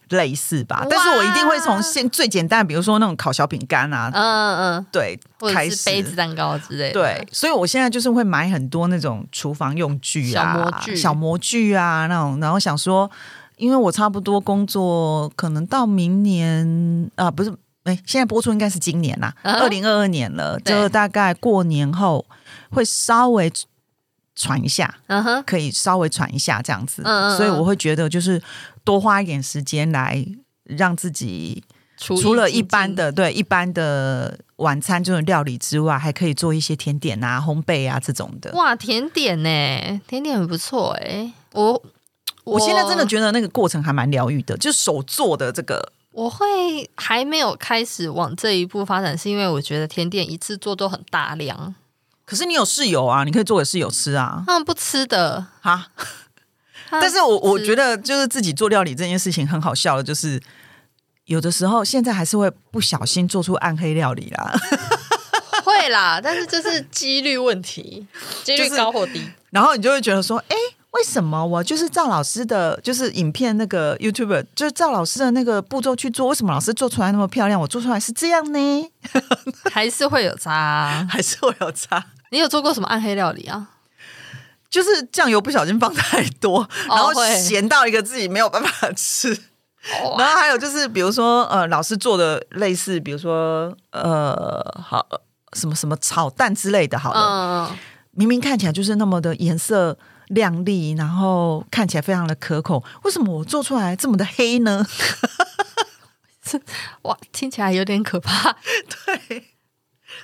[SPEAKER 2] 类似吧
[SPEAKER 1] 哇。
[SPEAKER 2] 但是我一定会从现最简单，比如说那种烤小饼干啊，
[SPEAKER 1] 嗯嗯，
[SPEAKER 2] 对，
[SPEAKER 1] 或
[SPEAKER 2] 开
[SPEAKER 1] 者
[SPEAKER 2] 始
[SPEAKER 1] 是杯子蛋糕之类的。
[SPEAKER 2] 对，，所以我现在就是会买很多那种厨房用具啊、
[SPEAKER 1] 小模具
[SPEAKER 2] 小模具啊那种，然后想说，因为我差不多工作可能到明年啊，不是，哎，现在播出应该是今年啦，
[SPEAKER 1] 嗯
[SPEAKER 2] 二零二二年了，
[SPEAKER 1] 对
[SPEAKER 2] 就大概过年后会稍微传一下，
[SPEAKER 1] 嗯哼，
[SPEAKER 2] 可以稍微传一下这样子，
[SPEAKER 1] 嗯嗯嗯
[SPEAKER 2] 所以我会觉得就是多花一点时间来让自己
[SPEAKER 1] 厨艺
[SPEAKER 2] 除了
[SPEAKER 1] 精
[SPEAKER 2] 一
[SPEAKER 1] 进
[SPEAKER 2] 般，的对一般的晚餐这种料理之外，还可以做一些甜点啊、烘焙啊这种的。
[SPEAKER 1] 哇，甜点呢？甜点很不错哎，我
[SPEAKER 2] 我现在真的觉得那个过程还蛮疗愈的，就是手做的这个，
[SPEAKER 1] 我会还没有开始往这一步发展，是因为我觉得甜点一次做都很大量，
[SPEAKER 2] 可是你有室友啊，你可以做给室友吃啊，
[SPEAKER 1] 他们不吃的。
[SPEAKER 2] 哈。
[SPEAKER 1] 他们
[SPEAKER 2] 但是我我
[SPEAKER 1] 吃
[SPEAKER 2] 觉得就是自己做料理这件事情很好笑的，就是有的时候现在还是会不小心做出暗黑料理啦，
[SPEAKER 1] 会啦，但是就是几率问 题，几率
[SPEAKER 2] 就是
[SPEAKER 1] 高或低。
[SPEAKER 2] 然后你就会觉得说，哎、为什么我就是赵老师的，就是影片那个 YouTuber，就是赵老师的那个步骤去做，为什么老师做出来那么漂亮，我做出来是这样呢？
[SPEAKER 1] 还是会有渣、
[SPEAKER 2] 还是会有差。
[SPEAKER 1] 你有做过什么暗黑料理啊？
[SPEAKER 2] 就是酱油不小心放太多，然后
[SPEAKER 1] 会
[SPEAKER 2] 咸到一个自己没有办法 吃。
[SPEAKER 1] 哇
[SPEAKER 2] 然后还有就是，比如说呃，老师做的类似，比如说呃，好什么什么炒蛋之类的，好了，
[SPEAKER 1] 嗯，
[SPEAKER 2] 明明看起来就是那么的颜色亮丽，然后看起来非常的可口，为什么我做出来这么的黑呢？
[SPEAKER 1] 哇，听起来有点可怕。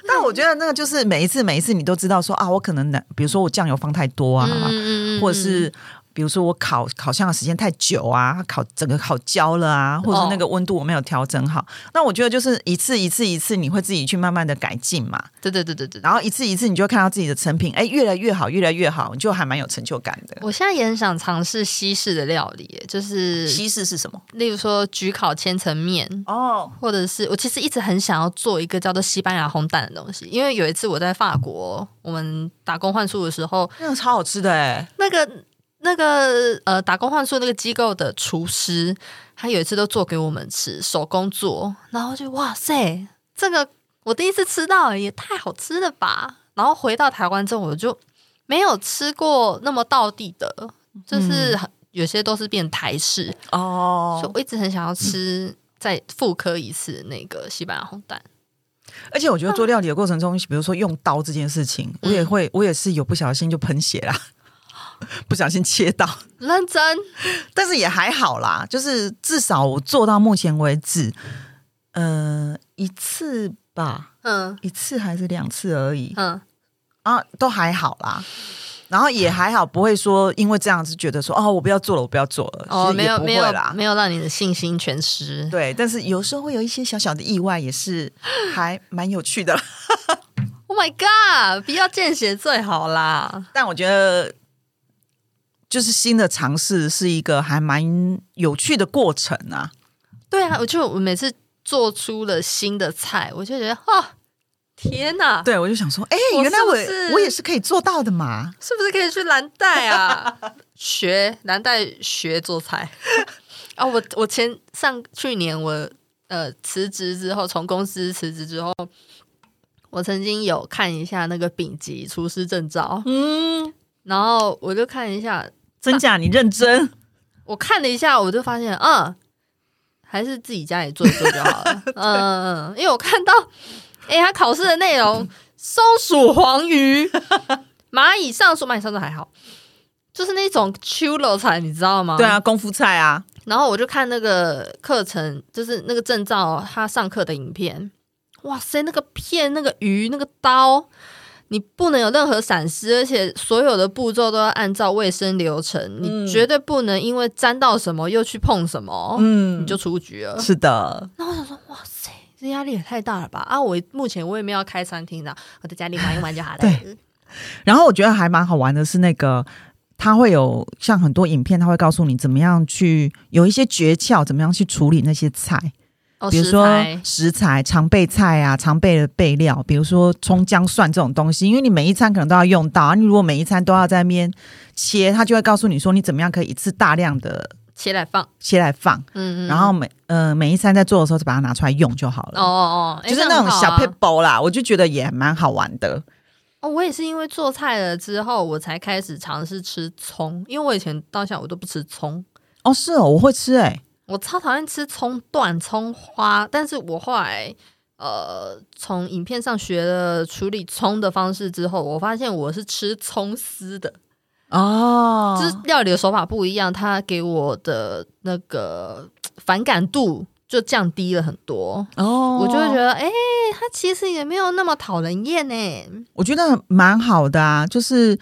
[SPEAKER 2] 但我觉得那个就是每一次每一次你都知道说啊，我可能哪比如说我酱油放太多啊，
[SPEAKER 1] 嗯嗯嗯嗯，
[SPEAKER 2] 或者是比如说我烤烤箱的时间太久啊，烤整个烤焦了啊，或者是那
[SPEAKER 1] 哦
[SPEAKER 2] 个温度我没有调整好。那我觉得就是一次一次一次，你会自己去慢慢的改进嘛。
[SPEAKER 1] 对对对对对。
[SPEAKER 2] 然后一次一次，你就会看到自己的成品，哎，越来越好，越来越好，你就还蛮有成就感的。
[SPEAKER 1] 我现在也很想尝试西式的料理耶，就是
[SPEAKER 2] 西式是什么？
[SPEAKER 1] 例如说焗烤千层面，
[SPEAKER 2] 哦，
[SPEAKER 1] 或者是我其实一直很想要做一个叫做西班牙烘蛋的东西，因为有一次我在法国，我们打工换宿的时候，
[SPEAKER 2] 那个超好吃的哎，
[SPEAKER 1] 那个那个呃打工换宿那个机构的厨师，他有一次都做给我们吃，手工做，然后就哇塞，这个我第一次吃到，也太好吃了吧！然后回到台湾之后，我就没有吃过那么道地的，就是很有些都是变台式，所以
[SPEAKER 2] 哦，
[SPEAKER 1] 我一直很想要吃再复刻一次那个西班牙红蛋。
[SPEAKER 2] 而且我觉得
[SPEAKER 1] 嗯
[SPEAKER 2] 做料理的过程中，比如说用刀这件事情，我也会，我也是有不小心就喷血啦， 不小心切到，
[SPEAKER 1] 认真，
[SPEAKER 2] 但是也还好啦，就是至少我做到目前为止，呃，一次吧，
[SPEAKER 1] 嗯
[SPEAKER 2] 一次还是两次而已
[SPEAKER 1] 嗯，
[SPEAKER 2] 啊，都还好啦。然后也还好，不会说因为这样子觉得说哦，我不要做了，我不要做了，
[SPEAKER 1] 哦，
[SPEAKER 2] 其实
[SPEAKER 1] 没
[SPEAKER 2] 也
[SPEAKER 1] 有
[SPEAKER 2] 不
[SPEAKER 1] 没
[SPEAKER 2] 会
[SPEAKER 1] 有
[SPEAKER 2] 啦。
[SPEAKER 1] 没有让你的信心全失。
[SPEAKER 2] 对，但是有时候会有一些小小的意外，也是还蛮有趣的啦。
[SPEAKER 1] Oh my god！不要见血最好啦。
[SPEAKER 2] 但我觉得，就是新的尝试是一个还蛮有趣的过程啊。
[SPEAKER 1] 对啊，我就我每次做出了新的菜，我就觉得哦，天哪，
[SPEAKER 2] 对，我就想说，哎、
[SPEAKER 1] 我
[SPEAKER 2] 原来
[SPEAKER 1] 是不
[SPEAKER 2] 我
[SPEAKER 1] 是
[SPEAKER 2] 我也是可以做到的嘛。
[SPEAKER 1] 是不是可以去蓝带啊？ 学蓝带学做 菜啊！我我前上去年我呃辞职之后，从公司辞职之后，我曾经有看一下那个丙级厨师证照，
[SPEAKER 2] 嗯，
[SPEAKER 1] 然后我就看一下，
[SPEAKER 2] 真假你认真，
[SPEAKER 1] 我看了一下，我就发现，嗯，还是自己家里做一做就好 了。嗯嗯，嗯，因为我看到，哎、他考试的内容，松鼠黄鱼、蚂蚁上树，蚂蚁上树还好，就是那种秋楼菜，你知道吗？
[SPEAKER 2] 对。啊，功夫菜啊，
[SPEAKER 1] 然后我就看那个课程，就是那个证照他上课的影片，哇塞，那个片、那个鱼、那个刀，你不能有任何闪失，而且所有的步骤都要按照卫生流程，
[SPEAKER 2] 嗯
[SPEAKER 1] 你绝对不能因为沾到什么又去碰什么，
[SPEAKER 2] 嗯，
[SPEAKER 1] 哦你就出局了。
[SPEAKER 2] 是的，
[SPEAKER 1] 然后我想说，哇塞，这压力也太大了吧！啊，我目前我也没有要开餐厅的，我在家里玩一玩就好了。
[SPEAKER 2] 对然后我觉得还蛮好玩的是那个。它会有像很多影片，它会告诉你怎么样去有一些诀窍，怎么样去处理那些菜，
[SPEAKER 1] 哦，
[SPEAKER 2] 比如
[SPEAKER 1] 食
[SPEAKER 2] 说
[SPEAKER 1] 材
[SPEAKER 2] 食材、常备菜啊、常备的备料，比如说葱、姜、蒜这种东西，因为你每一餐可能都要用到，啊、你如果每一餐都要在那边切，它就会告诉你说你怎么样可以一次大量的
[SPEAKER 1] 切来放，
[SPEAKER 2] 切来放，
[SPEAKER 1] 嗯嗯，
[SPEAKER 2] 然后每呃每一餐在做的时候就把它拿出来用就好
[SPEAKER 1] 哦
[SPEAKER 2] 了，
[SPEAKER 1] 哦哦，诶
[SPEAKER 2] 就是
[SPEAKER 1] 这
[SPEAKER 2] 那
[SPEAKER 1] 样
[SPEAKER 2] 种
[SPEAKER 1] 很好
[SPEAKER 2] 小
[SPEAKER 1] 啊
[SPEAKER 2] p e b 啦，我就觉得也蛮好玩的。
[SPEAKER 1] 哦，我也是因为做菜了之后，我才开始尝试吃葱，因为我以前到现在我都不吃葱，
[SPEAKER 2] 哦，是哦，我会吃哎、
[SPEAKER 1] 我超讨厌吃葱段、葱花，但是我后来。呃，从影片上学了处理葱的方式之后，我发现我是吃葱丝的，
[SPEAKER 2] 哦，
[SPEAKER 1] 就是料理的手法不一样，它给我的那个反感度就降低了很多。
[SPEAKER 2] 哦
[SPEAKER 1] 我就会觉得，哎、它其实也没有那么讨人厌呢、
[SPEAKER 2] 我觉得蛮好的啊，就是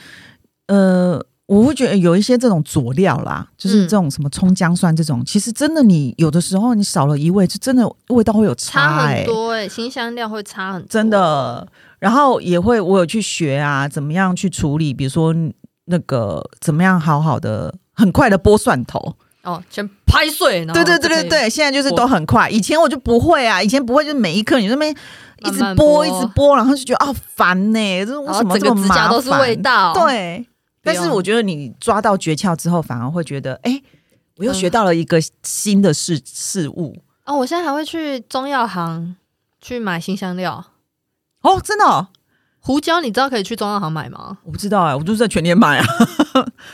[SPEAKER 2] 呃，我会觉得有一些这种佐料啦，就是
[SPEAKER 1] 嗯
[SPEAKER 2] 这种什么葱姜蒜这种，其实真的你有的时候你少了一味，就真的味道会有
[SPEAKER 1] 差
[SPEAKER 2] 差哎、
[SPEAKER 1] 很多哎、新香料会差很多，
[SPEAKER 2] 真的。然后也会我有去学啊，怎么样去处理，比如说那个怎么样好好的。很快的剥蒜头，
[SPEAKER 1] 哦，全拍碎，然后
[SPEAKER 2] 对对
[SPEAKER 1] 就可
[SPEAKER 2] 对对
[SPEAKER 1] 以
[SPEAKER 2] 对，现在就是都很快。以前我就不会啊，以前不会，就是每一刻你那边一直
[SPEAKER 1] 慢慢剥
[SPEAKER 2] 剥一直剥，然后就觉得啊烦呢、这为
[SPEAKER 1] 然
[SPEAKER 2] 什
[SPEAKER 1] 后
[SPEAKER 2] 么
[SPEAKER 1] 整
[SPEAKER 2] 这么
[SPEAKER 1] 个指
[SPEAKER 2] 麻
[SPEAKER 1] 甲
[SPEAKER 2] 烦？
[SPEAKER 1] 都是味道，，
[SPEAKER 2] 对，
[SPEAKER 1] 不
[SPEAKER 2] 但
[SPEAKER 1] 用
[SPEAKER 2] 是我觉得你抓到诀窍之后，反而会觉得，哎、我又学到了一个新的事事物。
[SPEAKER 1] 哦，我现在还会去中药行去买新香料，
[SPEAKER 2] 哦，真的、哦，
[SPEAKER 1] 胡椒你知道可以去中药行买吗？
[SPEAKER 2] 我不知道哎、我就是在全年买啊。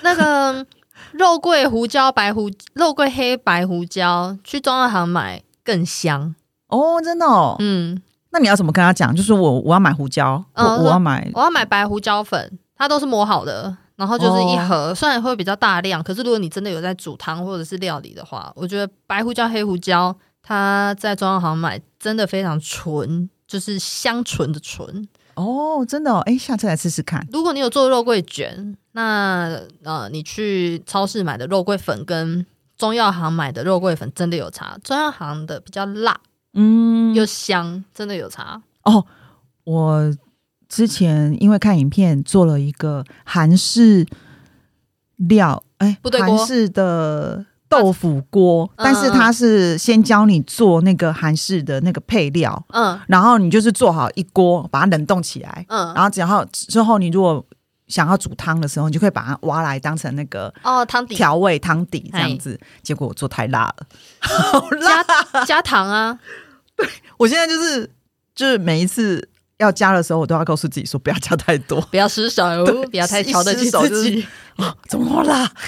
[SPEAKER 1] 那个 肉桂胡椒、白胡肉桂黑白胡椒，去中药行买更香。
[SPEAKER 2] 哦，真的哦。
[SPEAKER 1] 嗯，
[SPEAKER 2] 那你要怎么跟他讲？就是我我要买胡椒，
[SPEAKER 1] 嗯
[SPEAKER 2] 我
[SPEAKER 1] 说
[SPEAKER 2] 我要买
[SPEAKER 1] 我要买白胡椒粉，它都是磨好的，然后就是一
[SPEAKER 2] 哦
[SPEAKER 1] 盒，虽然会比较大量，可是如果你真的有在煮汤或者是料理的话，我觉得白胡椒、黑胡椒，它在中药行买真的非常纯，就是香醇的纯。
[SPEAKER 2] 哦，真的哦。哎、下次来试试看。
[SPEAKER 1] 如果你有做肉桂卷，那呃，你去超市买的肉桂粉跟中药行买的肉桂粉真的有差，中药行的比较辣
[SPEAKER 2] 嗯，
[SPEAKER 1] 又香，真的有差。
[SPEAKER 2] 哦，我之前因为看影片做了一个韩式料，哎、
[SPEAKER 1] 部队锅
[SPEAKER 2] 韩式的豆腐锅，
[SPEAKER 1] 嗯
[SPEAKER 2] 但是它是先教你做那个韩式的那个配料，
[SPEAKER 1] 嗯
[SPEAKER 2] 然后你就是做好一锅，把它冷冻起来，
[SPEAKER 1] 嗯，
[SPEAKER 2] 然后只要之后你如果想要煮汤的时候，你就可以把它挖来当成那个。
[SPEAKER 1] 哦，汤底
[SPEAKER 2] 调味汤底这
[SPEAKER 1] 哎
[SPEAKER 2] 样子，结果我做太辣了，好辣！
[SPEAKER 1] 加糖啊，
[SPEAKER 2] 我现在就是就是每一次要加的时候，我都要告诉自己说不要加太多。
[SPEAKER 1] 不要失手，不要太瞧得起
[SPEAKER 2] 一失手
[SPEAKER 1] 自
[SPEAKER 2] 就是
[SPEAKER 1] 己。
[SPEAKER 2] 怎么那么辣？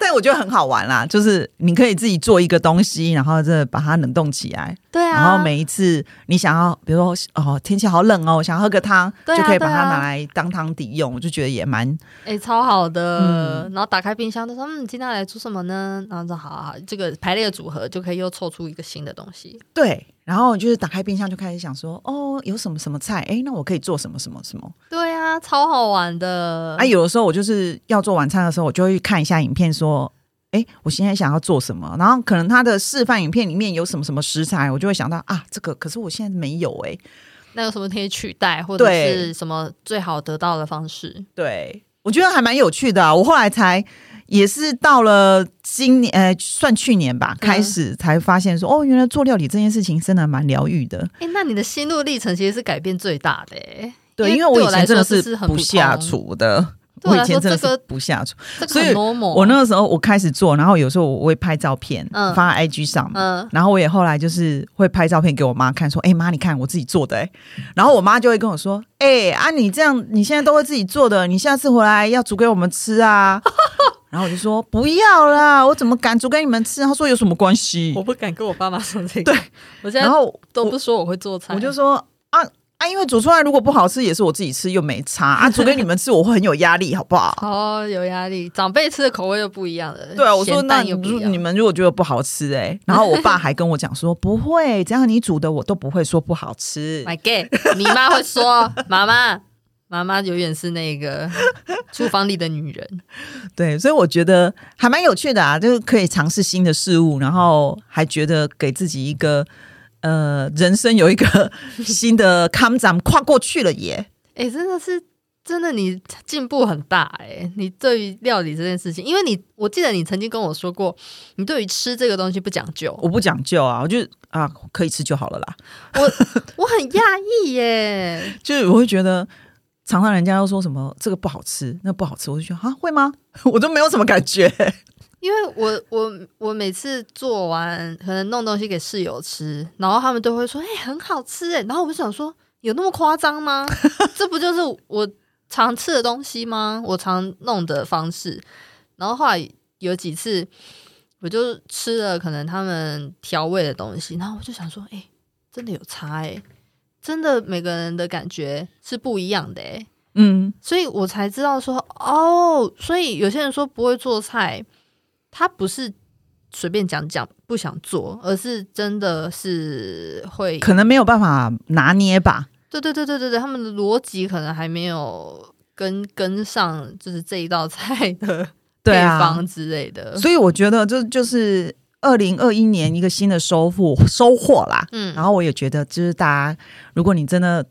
[SPEAKER 2] 但我觉得很好玩啦，就是你可以自己做一个东西，然后这把它冷冻起来，
[SPEAKER 1] 对啊，
[SPEAKER 2] 然后每一次你想要，比如说哦天气好冷哦，我想要喝个汤，
[SPEAKER 1] 对啊
[SPEAKER 2] 就可以把它
[SPEAKER 1] 对啊
[SPEAKER 2] 拿来当汤底用，我就觉得也蛮
[SPEAKER 1] 哎、超好的。然后打开冰箱，他说：“嗯，今天要来做什么呢？”然后说：“好好好，这个排列组合就可以又凑出一个新的东西。
[SPEAKER 2] 对。然后就是打开冰箱就开始想说，哦，有什么什么菜，哎，那我可以做什么什么什么。”
[SPEAKER 1] 对啊，哎超好玩的。
[SPEAKER 2] 啊，有的时候我就是要做晚餐的时候，我就会看一下影片，说，哎，我现在想要做什么，然后可能他的示范影片里面有什么什么食材，我就会想到啊，这个可是我现在没有哎、
[SPEAKER 1] 那有什么可以取代，或者
[SPEAKER 2] 对
[SPEAKER 1] 是什么最好得到的方式？
[SPEAKER 2] 对，我觉得还蛮有趣的啊、我后来才也是到了今年，呃，算去年吧，开
[SPEAKER 1] 嗯
[SPEAKER 2] 始才发现说，哦，原来做料理这件事情真的蛮疗愈的。
[SPEAKER 1] 哎、那你的心路历程其实是改变最大的、欸。
[SPEAKER 2] 对，因为
[SPEAKER 1] 对
[SPEAKER 2] 我以
[SPEAKER 1] 我来
[SPEAKER 2] 前真的
[SPEAKER 1] 说这是很
[SPEAKER 2] 不
[SPEAKER 1] 普
[SPEAKER 2] 下
[SPEAKER 1] 通
[SPEAKER 2] 厨的，
[SPEAKER 1] 对我
[SPEAKER 2] 我
[SPEAKER 1] 来
[SPEAKER 2] 以
[SPEAKER 1] 说
[SPEAKER 2] 前真的
[SPEAKER 1] 这
[SPEAKER 2] 是
[SPEAKER 1] 个
[SPEAKER 2] 不下厨。
[SPEAKER 1] 这个
[SPEAKER 2] 所以
[SPEAKER 1] 很 normal。
[SPEAKER 2] 我那个时候我开始做，然后有时候我会拍照片，
[SPEAKER 1] 嗯
[SPEAKER 2] 发在 IG 上嘛。
[SPEAKER 1] 嗯，
[SPEAKER 2] 然后我也后来就是会拍照片给我妈看，说：“哎、妈，你看我自己做的、欸。”然后我妈就会跟我说：“哎、啊，你这样你现在都会自己做的，你下次回来要煮给我们吃啊。”然后我就说：“不要啦，我怎么敢煮给你们吃？”她说：“有什么关系
[SPEAKER 1] 我不敢跟我爸妈说这个。对， 我？”现在
[SPEAKER 2] 然后
[SPEAKER 1] 都不说我会做菜，
[SPEAKER 2] 我就说：“啊啊，因为煮出来如果不好吃，也是我自己吃，又没差啊，煮给你们吃我会很有压力，好不好？”
[SPEAKER 1] 哦，有压力，长辈吃的口味又不一样了。
[SPEAKER 2] 对啊，我说
[SPEAKER 1] 咸
[SPEAKER 2] 那
[SPEAKER 1] 淡
[SPEAKER 2] 你
[SPEAKER 1] 又不
[SPEAKER 2] 如
[SPEAKER 1] 一样
[SPEAKER 2] 你们如果觉得不好吃哎、欸然后我爸还跟我讲说不会，只要你煮的我都不会说不好吃。
[SPEAKER 1] My gay，你妈会 说妈妈，妈妈永远是那个厨房里的女人。
[SPEAKER 2] 对，所以我觉得还蛮有趣的啊，就是可以尝试新的事物，然后还觉得给自己一个呃人生有一 个新的 come 咱们跨过去了耶。
[SPEAKER 1] 哎、真的是，真的你进步很大哎、你对于料理这件事情，因为你我记得你曾经跟我说过，你对于吃这个东西不讲究，
[SPEAKER 2] 我不讲究啊，我就啊可以吃就好了啦。
[SPEAKER 1] 我很讶异耶。
[SPEAKER 2] 就是我会觉得。常常人家都说什么这个不好吃，那不好吃，我就觉得啊会吗？ 我都没有什么感觉。
[SPEAKER 1] 因为我我我每次做完，可能弄东西给室友吃，然后他们都会说：“哎、很好吃哎。”然后我就想说，有那么夸张吗？这不就是我常吃的东西吗？我常弄的方式。然后后来有几次，我就吃了可能他们调味的东西，然后我就想说，哎、真的有差哎、真的每个人的感觉是不一样的哎、
[SPEAKER 2] 嗯，
[SPEAKER 1] 所以我才知道说，哦，所以有些人说不会做菜，他不是随便讲讲不想做，而是真的是会，
[SPEAKER 2] 可能没有办法拿捏吧。
[SPEAKER 1] 对对对对对对，他们的逻辑可能还没有跟跟上，就是这一道菜的
[SPEAKER 2] 对
[SPEAKER 1] 配
[SPEAKER 2] 啊
[SPEAKER 1] 方之类的。
[SPEAKER 2] 所以我觉得这就是二零二一年一个新的收获收获啦。
[SPEAKER 1] 嗯
[SPEAKER 2] 然后我也觉得，就是大家，如果你真的，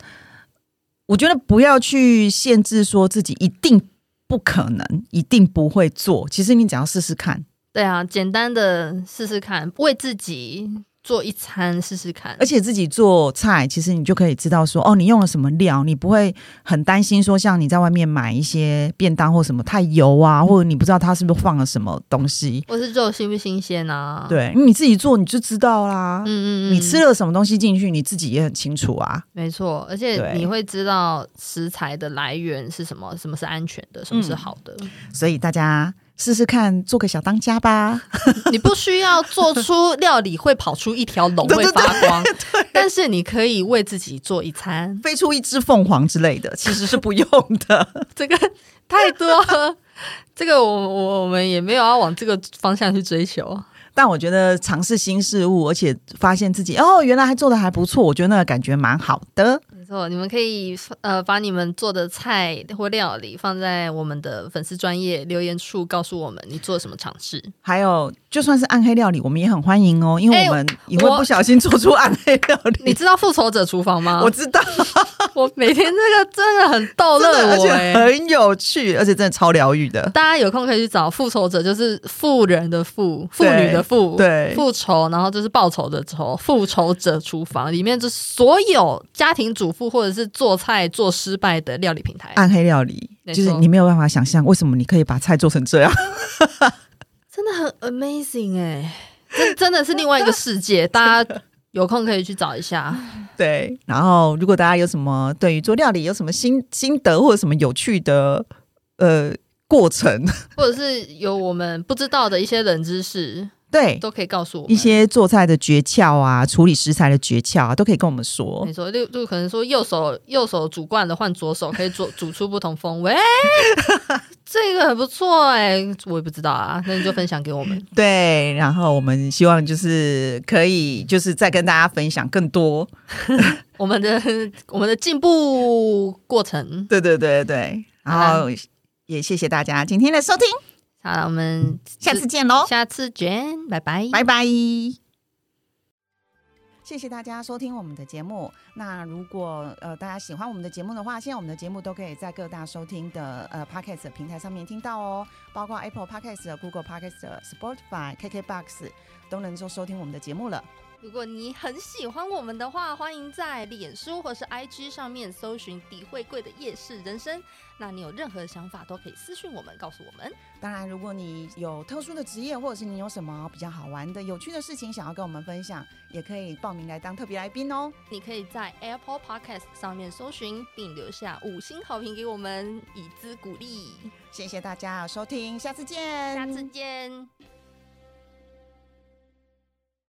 [SPEAKER 2] 我觉得不要去限制说自己一定不可能、一定不会做。其实你只要试试看，
[SPEAKER 1] 对啊，简单的试试看，为自己做一餐试试看
[SPEAKER 2] 而。且自己做菜，其实你就可以知道说，哦，你用了什么料，你不会很担心说，像你在外面买一些便当或什么太油
[SPEAKER 1] 嗯
[SPEAKER 2] 啊，或者你不知道它是不是放了什么东西。
[SPEAKER 1] 或是肉新不新鲜啊？，
[SPEAKER 2] 对，你自己做你就知道啦。
[SPEAKER 1] 嗯嗯嗯，
[SPEAKER 2] 你吃了什么东西进去，你自己也很清楚啊。
[SPEAKER 1] 没错，而且
[SPEAKER 2] 对
[SPEAKER 1] 你会知道食材的来源是什么，什么是安全的，什么是好的。
[SPEAKER 2] 所以大家试试看，做个小当家吧。
[SPEAKER 1] 你不需要做出料理会跑出一条龙
[SPEAKER 2] 对
[SPEAKER 1] 会
[SPEAKER 2] 对
[SPEAKER 1] 发光， 但是你可以为自己做一餐。
[SPEAKER 2] 飞出一只凤凰之类的，其实是不用的。
[SPEAKER 1] 这个 太多了，这个我我我们也没有要往这个方向去追求。
[SPEAKER 2] 但我觉得尝试新事物，而且发现自己哦，原来还做的还不错，我觉得那个感觉蛮好的。
[SPEAKER 1] 没错，你们可以呃把你们做的菜或料理放在我们的粉丝专业留言处，告诉我们你做了什么尝试。
[SPEAKER 2] 还有，就算是暗黑料理，我们也很欢迎哦，因为
[SPEAKER 1] 哎
[SPEAKER 2] 我们也会
[SPEAKER 1] 我
[SPEAKER 2] 不小心做出暗黑料
[SPEAKER 1] 你
[SPEAKER 2] 理。
[SPEAKER 1] 知道《复仇者厨房》吗？
[SPEAKER 2] 我知道，
[SPEAKER 1] 我每天这个真的很逗
[SPEAKER 2] 真的，
[SPEAKER 1] 乐
[SPEAKER 2] 而
[SPEAKER 1] 我
[SPEAKER 2] 且
[SPEAKER 1] 哎、
[SPEAKER 2] 很有趣，而且真的超疗愈的。
[SPEAKER 1] 大家有空可以去找《复仇者》，就是富人的富，妇女的妇，
[SPEAKER 2] 对
[SPEAKER 1] 复仇，然后就是报仇的仇，复仇者厨房里面就所有家庭主妇或者是做菜做失败的料理平台，
[SPEAKER 2] 暗黑料理
[SPEAKER 1] 没
[SPEAKER 2] 就是
[SPEAKER 1] 错
[SPEAKER 2] 你没有办法想象，为什么你可以把菜做成这样？
[SPEAKER 1] 真的很 amazing 哎、这真的是另外一个世界，大家有空可以去找一下。
[SPEAKER 2] 对，然后如果大家有什么对于做料理有什么心心得或者什么有趣的呃过程，
[SPEAKER 1] 或者是有我们不知道的一些冷知识，
[SPEAKER 2] 对
[SPEAKER 1] 都可以告诉我们
[SPEAKER 2] 一。些做菜的诀窍啊，处理食材的诀窍啊，都可以跟我们说
[SPEAKER 1] 没。错，就就可能说右手右手煮惯了，换左手可以煮煮出不同风 味，哎这个很不错哎、我也不知道啊，那你就分享给我 们。
[SPEAKER 2] 对，然后我们希望就是可以就是再跟大家分享更多。
[SPEAKER 1] 我们的我们的进步过程，
[SPEAKER 2] 对对对对，然
[SPEAKER 1] 好
[SPEAKER 2] 后也谢谢大家今天的收听，
[SPEAKER 1] 好啦，我们
[SPEAKER 2] 嗯下次见喽，
[SPEAKER 1] 下次见，拜拜，
[SPEAKER 2] 拜拜。谢谢大家收听我们的节目。那如果呃大家喜欢我们的节目的话，现在我们的节目都可以在各大收听的呃 Podcast 的平台上面听到哦，包括 Apple Podcast、Google Podcast、Spotify、KKBox 都能够收听我们的节目了。
[SPEAKER 1] 如果你很喜欢我们的话，欢迎在脸书或是 IG 上面搜寻“底会贵的夜市人生”。那你有任何想法都可以私讯我们，告诉我们。
[SPEAKER 2] 当然，如果你有特殊的职业，或者是你有什么比较好玩的、有趣的事情想要跟我们分享，也可以报名来当特别来宾哦。
[SPEAKER 1] 你可以在 Apple Podcast 上面搜寻，并留下五星好评给我们，以资鼓励。
[SPEAKER 2] 嗯谢谢大家的收听，下次见，
[SPEAKER 1] 下次见。